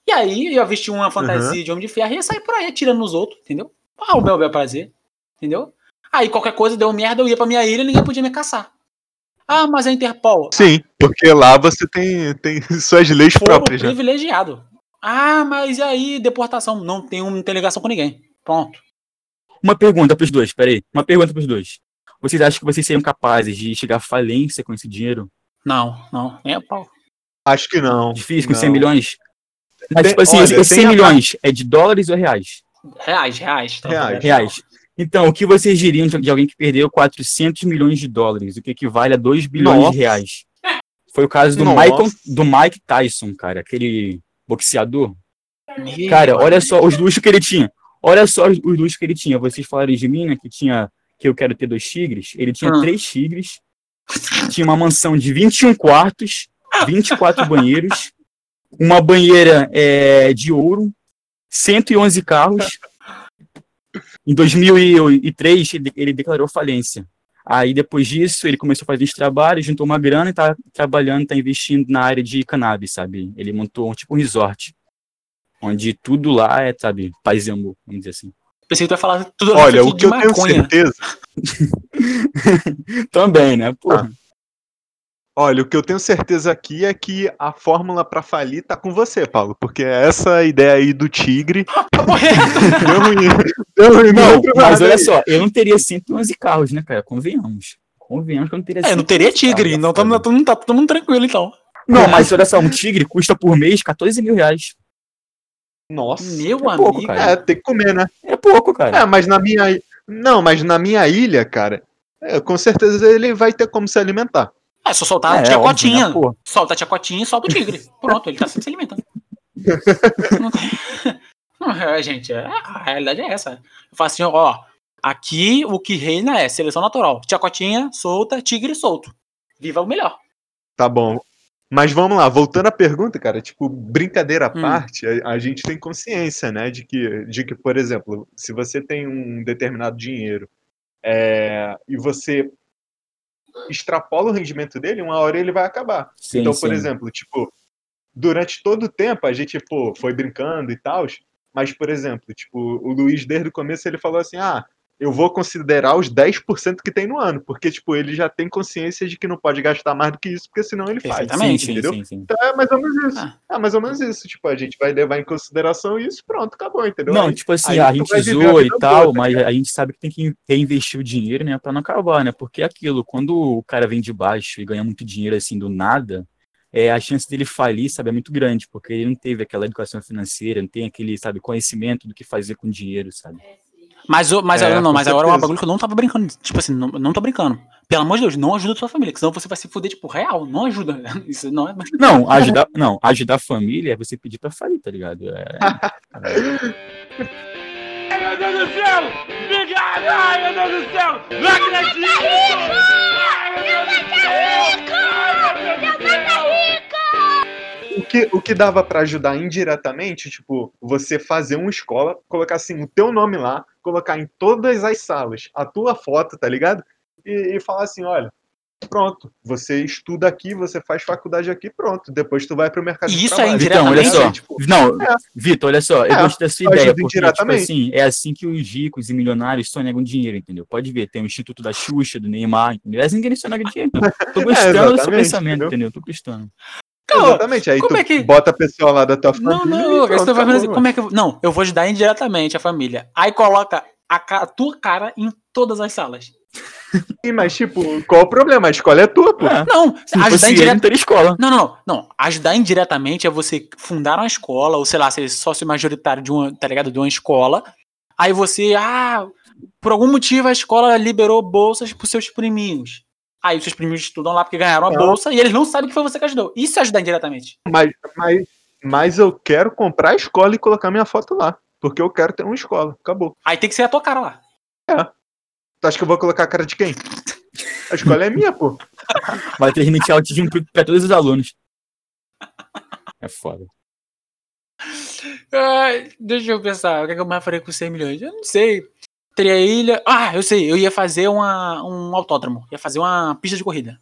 E aí eu ia vestir uma fantasia de Homem de Ferro e ia sair por aí atirando nos outros, entendeu? Ah, o meu bel prazer, entendeu? Aí qualquer coisa deu merda, eu ia pra minha ilha e ninguém podia me caçar. Ah, mas a Interpol. Sim, porque lá você tem, tem suas leis Foro próprias. né? privilegiado. Ah, mas e aí, deportação? Não tem, um- não tem ligação com ninguém. Pronto. Uma pergunta pros dois, peraí. Uma pergunta pros dois. Vocês acham que vocês seriam capazes de chegar à falência com esse dinheiro? Não, não, nem a pau. Acho que não. Difícil, com não. 100 milhões? Mas, Tem- tipo assim, olha, esses tem 100 a- milhões é de dólares ou reais? Reais, reais. tá? Reais. Reais. Então, o que vocês diriam de de alguém que perdeu 400 milhões de dólares, o que equivale a 2 bilhões Nossa. de reais? Foi o caso do, Nossa. Michael, do Mike Tyson, cara, aquele boxeador. Ih, Cara, olha só os luxos que ele tinha. Olha só os os luxos que ele tinha. Vocês falaram de mim, né, que tinha que eu quero ter dois tigres. Ele tinha Ah. três tigres. Tinha uma mansão de 21 quartos, 24 banheiros, uma banheira é, de ouro, 111 carros. Em 2003 ele- ele declarou falência. Aí depois disso ele começou a fazer esse trabalho, juntou uma grana e tá trabalhando, tá investindo na área de cannabis, sabe? Ele montou um tipo um resort onde tudo lá é, sabe, paz e amor, vamos dizer assim. Pensei que tu ia falar tudo assim, Olha, tudo o que eu tenho certeza Também, né? Pô, Ah. Olha, o que eu tenho certeza aqui é que a fórmula pra falir tá com você, Paulo, porque é essa ideia aí do tigre Tá deu ruim. Deu ruim no Não, outro mas lado olha aí. só, eu não teria 111 carros, né, cara? Convenhamos. Convenhamos que eu não teria É, não teria tigre, não, tá, não tá todo mundo tranquilo então. Não, mas olha só, um tigre custa por mês 14 mil reais. Nossa. Meu é amigo. pouco, cara. É, tem que comer, né? É pouco, cara. É, mas na minha. i- Não, mas na minha ilha, cara, é, com certeza ele vai ter como se alimentar. É, só soltar a é, tia óbvio, Cotinha. né, pô? Solta a tia Cotinha e solta o tigre. Pronto, ele tá sempre se alimentando. Não tem- Não, é, gente, é- a realidade é essa. Eu falo assim, ó, aqui o que reina é seleção natural. Tia Cotinha solta, tigre solto. Viva o melhor. Tá bom. Mas vamos lá, voltando à pergunta, cara, tipo, brincadeira à Hum. parte, a, a gente tem consciência, né, de que, de que, por exemplo, se você tem um determinado dinheiro é, e você extrapola o rendimento dele, uma hora ele vai acabar. Sim, Então, por sim. exemplo, tipo, durante todo o tempo a gente, pô, foi brincando e tal, mas, por exemplo, tipo, o Luiz, desde o começo, ele falou assim, ah, eu vou considerar os 10% que tem no ano, porque, tipo, ele já tem consciência de que não pode gastar mais do que isso, porque senão ele faz. Perfeitamente, sim, sim, entendeu? sim, sim. Então é mais ou menos isso. Ah. É mais ou menos isso. Tipo, a gente vai levar em consideração isso, pronto, acabou, entendeu? Não, Aí- tipo assim, aí a tu gente vai viver a zoa e vida tá tal, toda, mas a gente sabe que tem que reinvestir o dinheiro, né, pra não acabar, né? Porque é aquilo, quando o cara vem de baixo e ganha muito dinheiro assim do nada, é, a chance dele falir, sabe, é muito grande, porque ele não teve aquela educação financeira, não tem aquele, sabe, conhecimento do que fazer com dinheiro, sabe? Mas, o- mas É, agora não, com mas agora é um certeza. bagulho que eu não tava brincando. Tipo assim, não, não tô brincando. Pelo amor de Deus, não ajuda a sua família, que senão você vai se fuder, tipo, real. Não ajuda. Isso não é. Não, ajudar, não, ajudar a família é você pedir pra falir, tá ligado? É, Ai, meu Deus do céu! Obrigado! Ai, meu Deus do céu! Não acredito! Ai, meu Deus do céu! Ai, meu Deus do céu! o que, o que dava pra ajudar indiretamente, tipo, você fazer uma escola, colocar assim o teu nome lá, colocar em todas as salas a tua foto, tá ligado? E, e falar assim, olha, pronto, você estuda aqui, você faz faculdade aqui, pronto. Depois tu vai pro mercado E de isso é trabalho. Então, olha Aí, indiretamente? tipo, só. Não, É. Vitor, olha só, eu É, gostei da sua ajuda ideia, porque, tipo indiretamente. assim, é assim que os ricos e milionários sonegam dinheiro, entendeu? Pode ver, tem o Instituto da Xuxa, do Neymar, entendeu? É assim que eles sonegam dinheiro. Tô gostando do seu É, exatamente, pensamento, entendeu? entendeu? Tô gostando. Não, Exatamente. Aí como tu é que- bota a pessoa lá da tua família. Não, e pronto, não, você vai acabou, fazer assim, mano. como é que. eu- Não, eu vou ajudar indiretamente a família. Aí coloca a, ca- a tua cara em todas as salas. Sim, mas, tipo, qual o problema? A escola é tua, pô. É, Não, se não ajudar fosse ele, não indiretamente. teria escola. Não, não, não, não. Ajudar indiretamente é você fundar uma escola, ou sei lá, ser sócio majoritário de uma, tá ligado? De uma escola. Aí você, ah, por algum motivo a escola liberou bolsas pros seus priminhos. Aí os seus priminhos estudam lá porque ganharam a Ah. bolsa e eles não sabem que foi você que ajudou. Isso é ajudar indiretamente. Mas, mas, mas eu quero comprar a escola e colocar minha foto lá. Porque eu quero ter uma escola. Acabou. Aí tem que ser a tua cara lá. Tu acha que eu vou colocar a cara de quem? A escola é minha, pô. Vai transmitir autismo pro- pra todos os alunos. É foda. Ai, deixa eu pensar, o que, é que eu mais faria com 100 milhões? Eu não sei. Teria ilha. Ah, eu sei, eu ia fazer uma, um autódromo, ia fazer uma pista de corrida.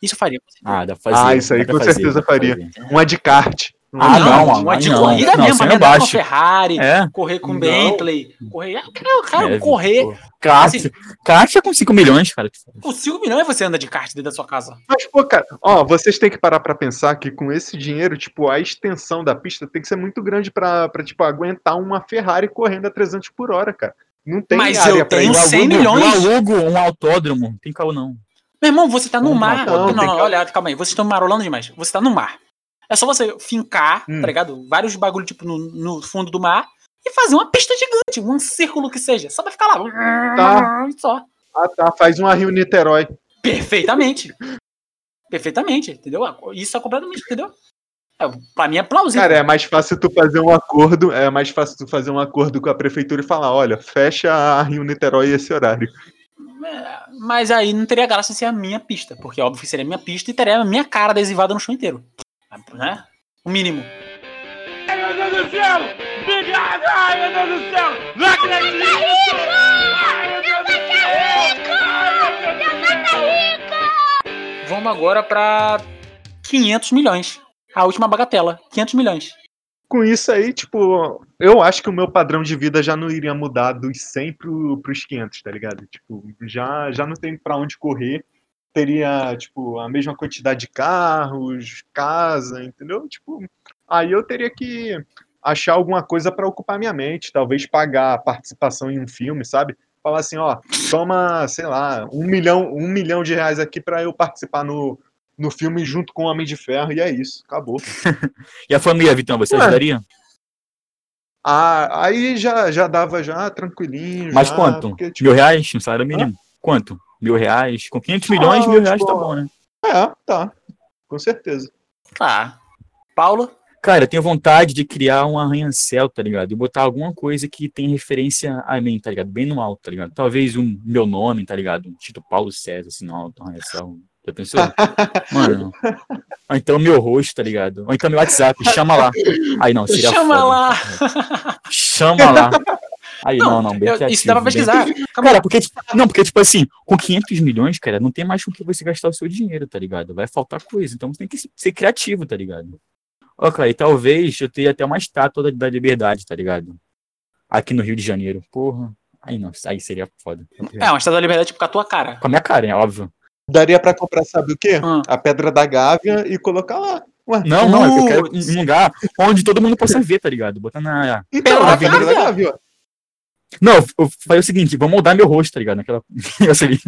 Isso eu faria. com certeza. Ah, dá pra fazer. Ah, isso aí dá pra com fazer, certeza dá pra faria. fazer. Uma é de kart. Ah, não, mano. mano. uma de não, corrida não, mesmo, isso é pra andar com a baixo. Ferrari, É. correr com Não. Bentley, correr. Ah, cara, o cara, é, correr Vitor. Kart, Assim- kart é com 5 milhões, cara. com 5 milhões você anda de kart dentro da sua casa. Mas, pô, cara, ó, vocês têm que parar pra pensar que com esse dinheiro, tipo, a extensão da pista tem que ser muito grande pra, pra tipo, aguentar uma Ferrari correndo a 300 por hora, cara. Não tem Mas área eu pra tenho isso. Eu 100 alugo- milhões. Eu alugo um autódromo. Não tem carro, não. Meu irmão, você tá no Não, mar. não, Não, tem não, que- olha, calma aí, vocês estão marolando demais. Você tá no mar. É só você fincar, Hum. tá ligado? Vários bagulho, tipo, no, no fundo do mar e fazer uma pista gigante, um círculo que seja. Só pra ficar lá. Tá. Só. Ah, tá, faz uma Rio Niterói. Perfeitamente. Perfeitamente, entendeu? Isso é completamente, entendeu? É, pra mim é plausível. Cara, é mais fácil tu fazer um acordo, é mais fácil tu fazer um acordo com a prefeitura e falar, olha, fecha a Rio Niterói esse horário. É, Mas aí não teria graça ser a minha pista, porque óbvio que seria a minha pista e teria a minha cara adesivada no chão inteiro. Né? O mínimo. Ai, meu Deus do céu! Obrigado! Ai, meu Deus do céu! Não acredito! Ai, meu Deus do céu! Ai, meu Deus do céu! Vamos agora pra 500 milhões. A última bagatela, 500 milhões. com isso aí, tipo, eu acho que o meu padrão de vida já não iria mudar dos 100 pro, pros 500, tá ligado? Tipo, já, já não tem pra onde correr. teria, tipo, a mesma quantidade de carros, casa, entendeu? Tipo, aí eu teria que achar alguma coisa para ocupar minha mente, talvez pagar a participação em um filme, sabe? Falar assim, ó, toma, sei lá, um milhão, um milhão de reais aqui para eu participar no, no filme junto com o Homem de Ferro, e é isso, acabou. E a família, Vitão, você Ué. ajudaria? Ah, aí já, já dava já ah, tranquilinho. Mas já, quanto? porque, tipo, Mil reais? Um salário mínimo? Quanto? Mil reais? Com 500 milhões, Ah, mil reais tá tipo, bom, né? É, tá. Com certeza. Tá. Paulo? Cara, eu tenho vontade de criar um arranha-céu, tá ligado? E botar alguma coisa que tem referência a mim, tá ligado? Bem no alto, tá ligado? Talvez um meu nome, tá ligado? Um Tito Paulo César, assim, no alto, arranha-céu. Já pensou? Mano. Ou então meu rosto, tá ligado? Ou então meu WhatsApp, chama lá. Aí não, seria Chama foda. lá. Chama lá. Aí não, não, bem Eu- criativo. isso dá pra bem- pesquisar. Calma aí. Cara, porque, tipo, não, porque, tipo assim, com 500 milhões, cara, não tem mais com o que você gastar o seu dinheiro, tá ligado? Vai faltar coisa, então você tem que ser criativo, tá ligado? Ó, cara, e talvez eu tenha até uma estátua da, da liberdade, tá ligado? Aqui no Rio de Janeiro, porra. Aí não, aí seria foda. É, uma estátua da liberdade tipo com a tua cara. Com a minha cara, é óbvio. Daria pra comprar, sabe o quê? Ah. A pedra da Gávea e colocar lá. Ué, uh, Não, não, eu quero um um lugar onde todo mundo possa ver, tá ligado? Botar na. Então, Pedra a da pedra da Gávea. Gávea. Não, eu eu falei o seguinte, vou moldar meu rosto, tá ligado? Naquela. Eu sei,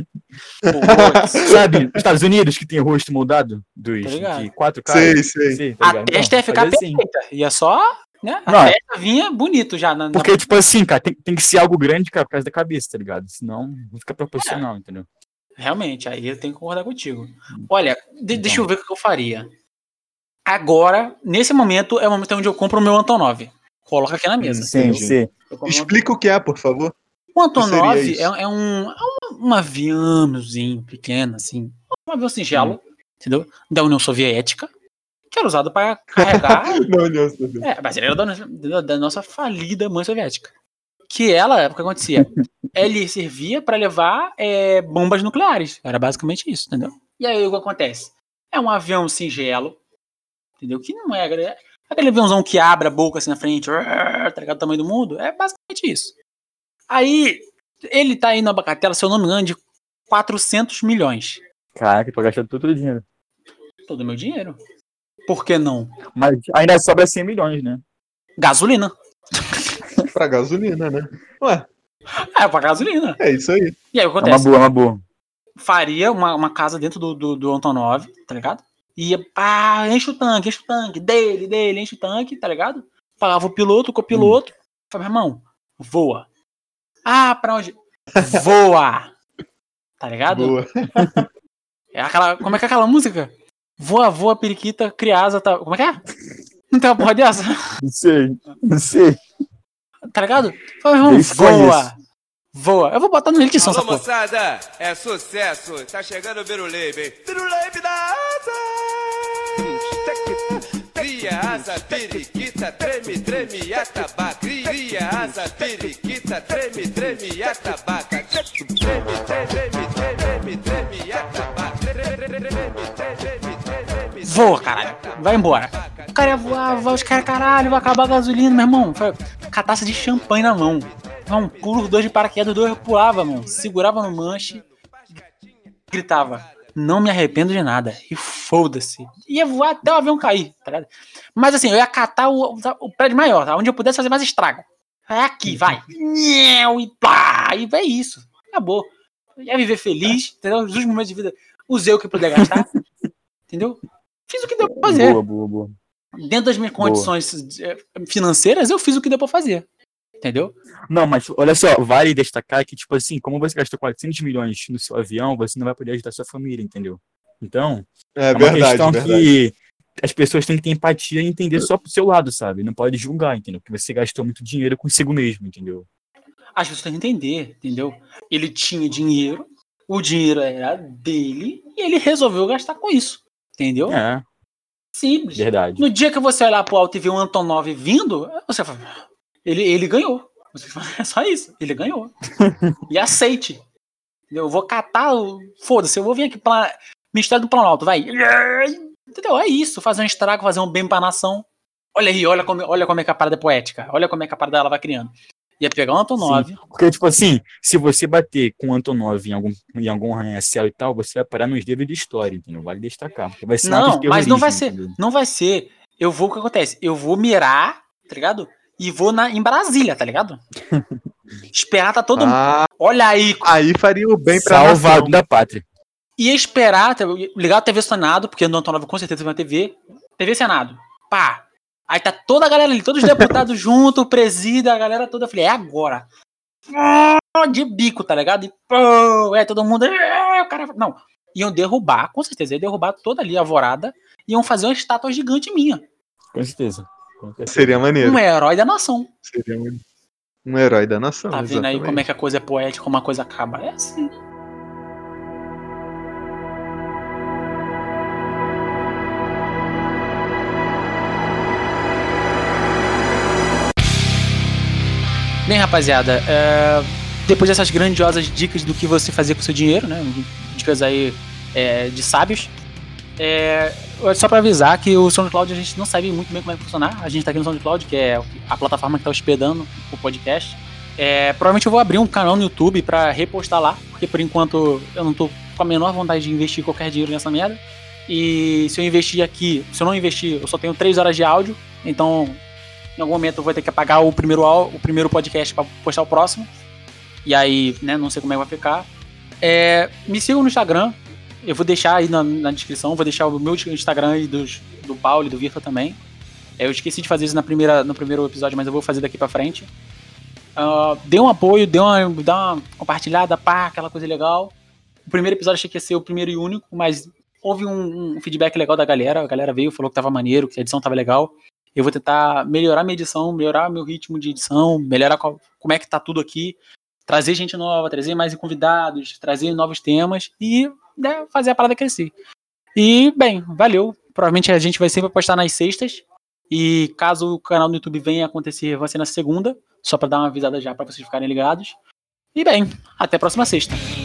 Putz. sabe, os Estados Unidos que tem rosto moldado dos Tá ligado. de quatro caras. Sei, sei. Sei, tá A ligado? testa ia Não, ficar fazer assim. perfeita. Ia só, né? A Não. é. testa vinha bonito já. Na, na- Porque, tipo assim, cara, tem, tem que ser algo grande, cara, por causa da cabeça, tá ligado? Senão não fica proporcional, entendeu? Realmente, aí eu tenho que concordar contigo. Olha, de- Então. deixa eu ver o que eu faria. Agora, nesse momento, é o momento onde eu compro o meu Antonov. Coloca aqui na mesa. Entendi. sim. Eu compro o meu Explica o que é, por favor. O O que Antonov seria é, isso? é um, é um, um aviãozinho pequeno, assim. Um avião singelo, Hum. entendeu? Da União Soviética, que era usado para carregar Não, não, não, não. é, mas ele era da, nossa- da- da nossa falida mãe soviética. Que ela, o que acontecia? ele servia pra levar é, bombas nucleares. Era basicamente isso, entendeu? E aí o que acontece? É um avião singelo, entendeu? Que não é. é Aquele aviãozão que abre a boca assim na frente, tá ligado? O tamanho do mundo. É basicamente isso. Aí, ele tá aí na bacatela, se eu não me engano, de 400 milhões. Caraca, tô gastando todo o dinheiro. Todo o meu dinheiro. Por que não? Mas ainda sobra 100 milhões, né? Gasolina. Pra gasolina, né? Ué, É pra gasolina. é isso aí. E aí o que É uma acontece? boa, é uma boa. faria uma, uma casa dentro do, do, do Antonov, tá ligado? Ia, pá, enche o tanque, enche o tanque, dele, dele, enche o tanque, tá ligado? Pagava o piloto, o copiloto. Falei, meu irmão, voa. Ah, pra onde? voa! Tá ligado? Boa. É aquela, como é que é aquela música? Voa, voa, periquita, criasa, tá. Como é que é? Não tem uma porra dessa? Não sei, não sei. Tá ligado? Falei, meu irmão, Isso foi voa! Voa! Eu vou botar no edição, essa Alô, porra. moçada, é sucesso. Tá chegando o Biruleibe, hein? Biruleibe da asa. Cria asa, periquita, treme, treme, e atabaca. Cria asa, periquita, treme, treme, e atabaca. Treme, treme, treme, treme, treme, e atabaca. Treme, treme, treme, treme, Voa, caralho. Vai embora. O cara ia voar, voar, os caras, caralho, vai acabar a gasolina, meu irmão. Foi cataça de champanhe na mão. Dá um pulo, dois de paraquedas, dois pulava, mano. Segurava no manche, gritava. Não me arrependo de nada. E foda-se. Ia voar até o avião cair, tá ligado? Mas assim, eu ia catar o, o prédio maior, tá? Onde eu pudesse fazer mais estrago. É aqui, vai. Nheu, E pá, e é isso. Acabou. Eu ia viver feliz, entendeu? Os últimos momentos de vida, usei o que puder gastar, entendeu? Fiz o que deu pra fazer Boa, boa, boa. dentro das minhas Boa. condições eh, financeiras, eu fiz o que deu pra fazer. Entendeu? Não, mas olha só, vale destacar que, tipo assim, como você gastou 400 milhões no seu avião, você não vai poder ajudar sua família, entendeu? Então, É, É uma verdade, questão verdade. que as pessoas têm que ter empatia e entender só pro seu lado, sabe? Não pode julgar, entendeu? Porque você gastou muito dinheiro consigo mesmo, entendeu? As pessoas têm que entender, entendeu? Ele tinha dinheiro, o dinheiro era dele, e ele resolveu gastar com isso. Entendeu? É, Simples. verdade. No dia que você olhar pro alto e ver um Antonov vindo, você fala, ele, ele ganhou. Você fala, é só isso, ele ganhou. e aceite. Eu vou catar, o- foda-se, eu vou vir aqui pra Ministério do Planalto, vai. Entendeu? É isso, fazer um estrago, fazer um bem pra nação. Olha aí, olha como, olha como é que a parada é poética. Olha como é que a parada ela vai criando. E Ia pegar um Antonov. Porque, tipo assim, se você bater com o Antonov em algum, em algum arranha-céu e tal, você vai parar nos dedos de história, entendeu? Vale destacar. Porque vai ser um Não, ato de mas não vai ser. terrorismo, entendeu? Não vai ser. Eu vou, o que acontece? Eu vou mirar, tá ligado? E vou na, em Brasília, tá ligado? esperar tá todo mundo. Ah, Olha aí. aí faria o bem pra Salvador nação. da pátria. Ia esperar, tá- ligar a TV Senado, porque no Antonov com certeza tem uma TV. TV Senado. Pá. Aí tá toda a galera ali, todos os deputados junto, o presida, a galera toda. Eu falei, é agora. Ah, De bico, tá ligado? E pô, é todo mundo. ah, o cara- Não. Iam derrubar, com certeza, ia derrubar toda ali a alvorada. Iam fazer uma estátua gigante minha. Com certeza. Com certeza. Seria maneiro. um herói da nação. Seria um, um herói da nação. Tá vendo aí exatamente. como é que a coisa é poética, como a coisa acaba? É assim. Bem, rapaziada, é, depois dessas grandiosas dicas do que você fazer com seu dinheiro, né? Dicas aí é, de sábios. É, só pra avisar que o SoundCloud a gente não sabe muito bem como é que funcionar. A gente tá aqui no SoundCloud, que é a plataforma que tá hospedando o podcast. É, provavelmente eu vou abrir um canal no YouTube pra repostar lá, porque por enquanto eu não tô com a menor vontade de investir qualquer dinheiro nessa merda. E se eu investir aqui, se eu não investir, eu só tenho 3 horas de áudio, então em algum momento eu vou ter que apagar o primeiro, au- o primeiro podcast pra postar o próximo. E aí, né, não sei como é que vai ficar. É, me sigam no Instagram, eu vou deixar aí na, na descrição, vou deixar o meu Instagram e dos, do Paulo e do Virta também. É, eu esqueci de fazer isso na primeira, no primeiro episódio, mas eu vou fazer daqui pra frente. Ah, dê um apoio, dê uma, dá uma compartilhada, pá, aquela coisa legal. O primeiro episódio achei que ia ser o primeiro e único, mas houve um, um feedback legal da galera. A galera veio, falou que tava maneiro, que a edição tava legal. Eu vou tentar melhorar minha edição, melhorar meu ritmo de edição, melhorar qual- como é que tá tudo aqui, trazer gente nova, trazer mais convidados, trazer novos temas e né, fazer a parada crescer. E, bem, valeu. Provavelmente a gente vai sempre postar nas sextas. E caso o canal no YouTube venha acontecer, vai ser na segunda só pra dar uma avisada já pra vocês ficarem ligados. E bem, até a próxima sexta.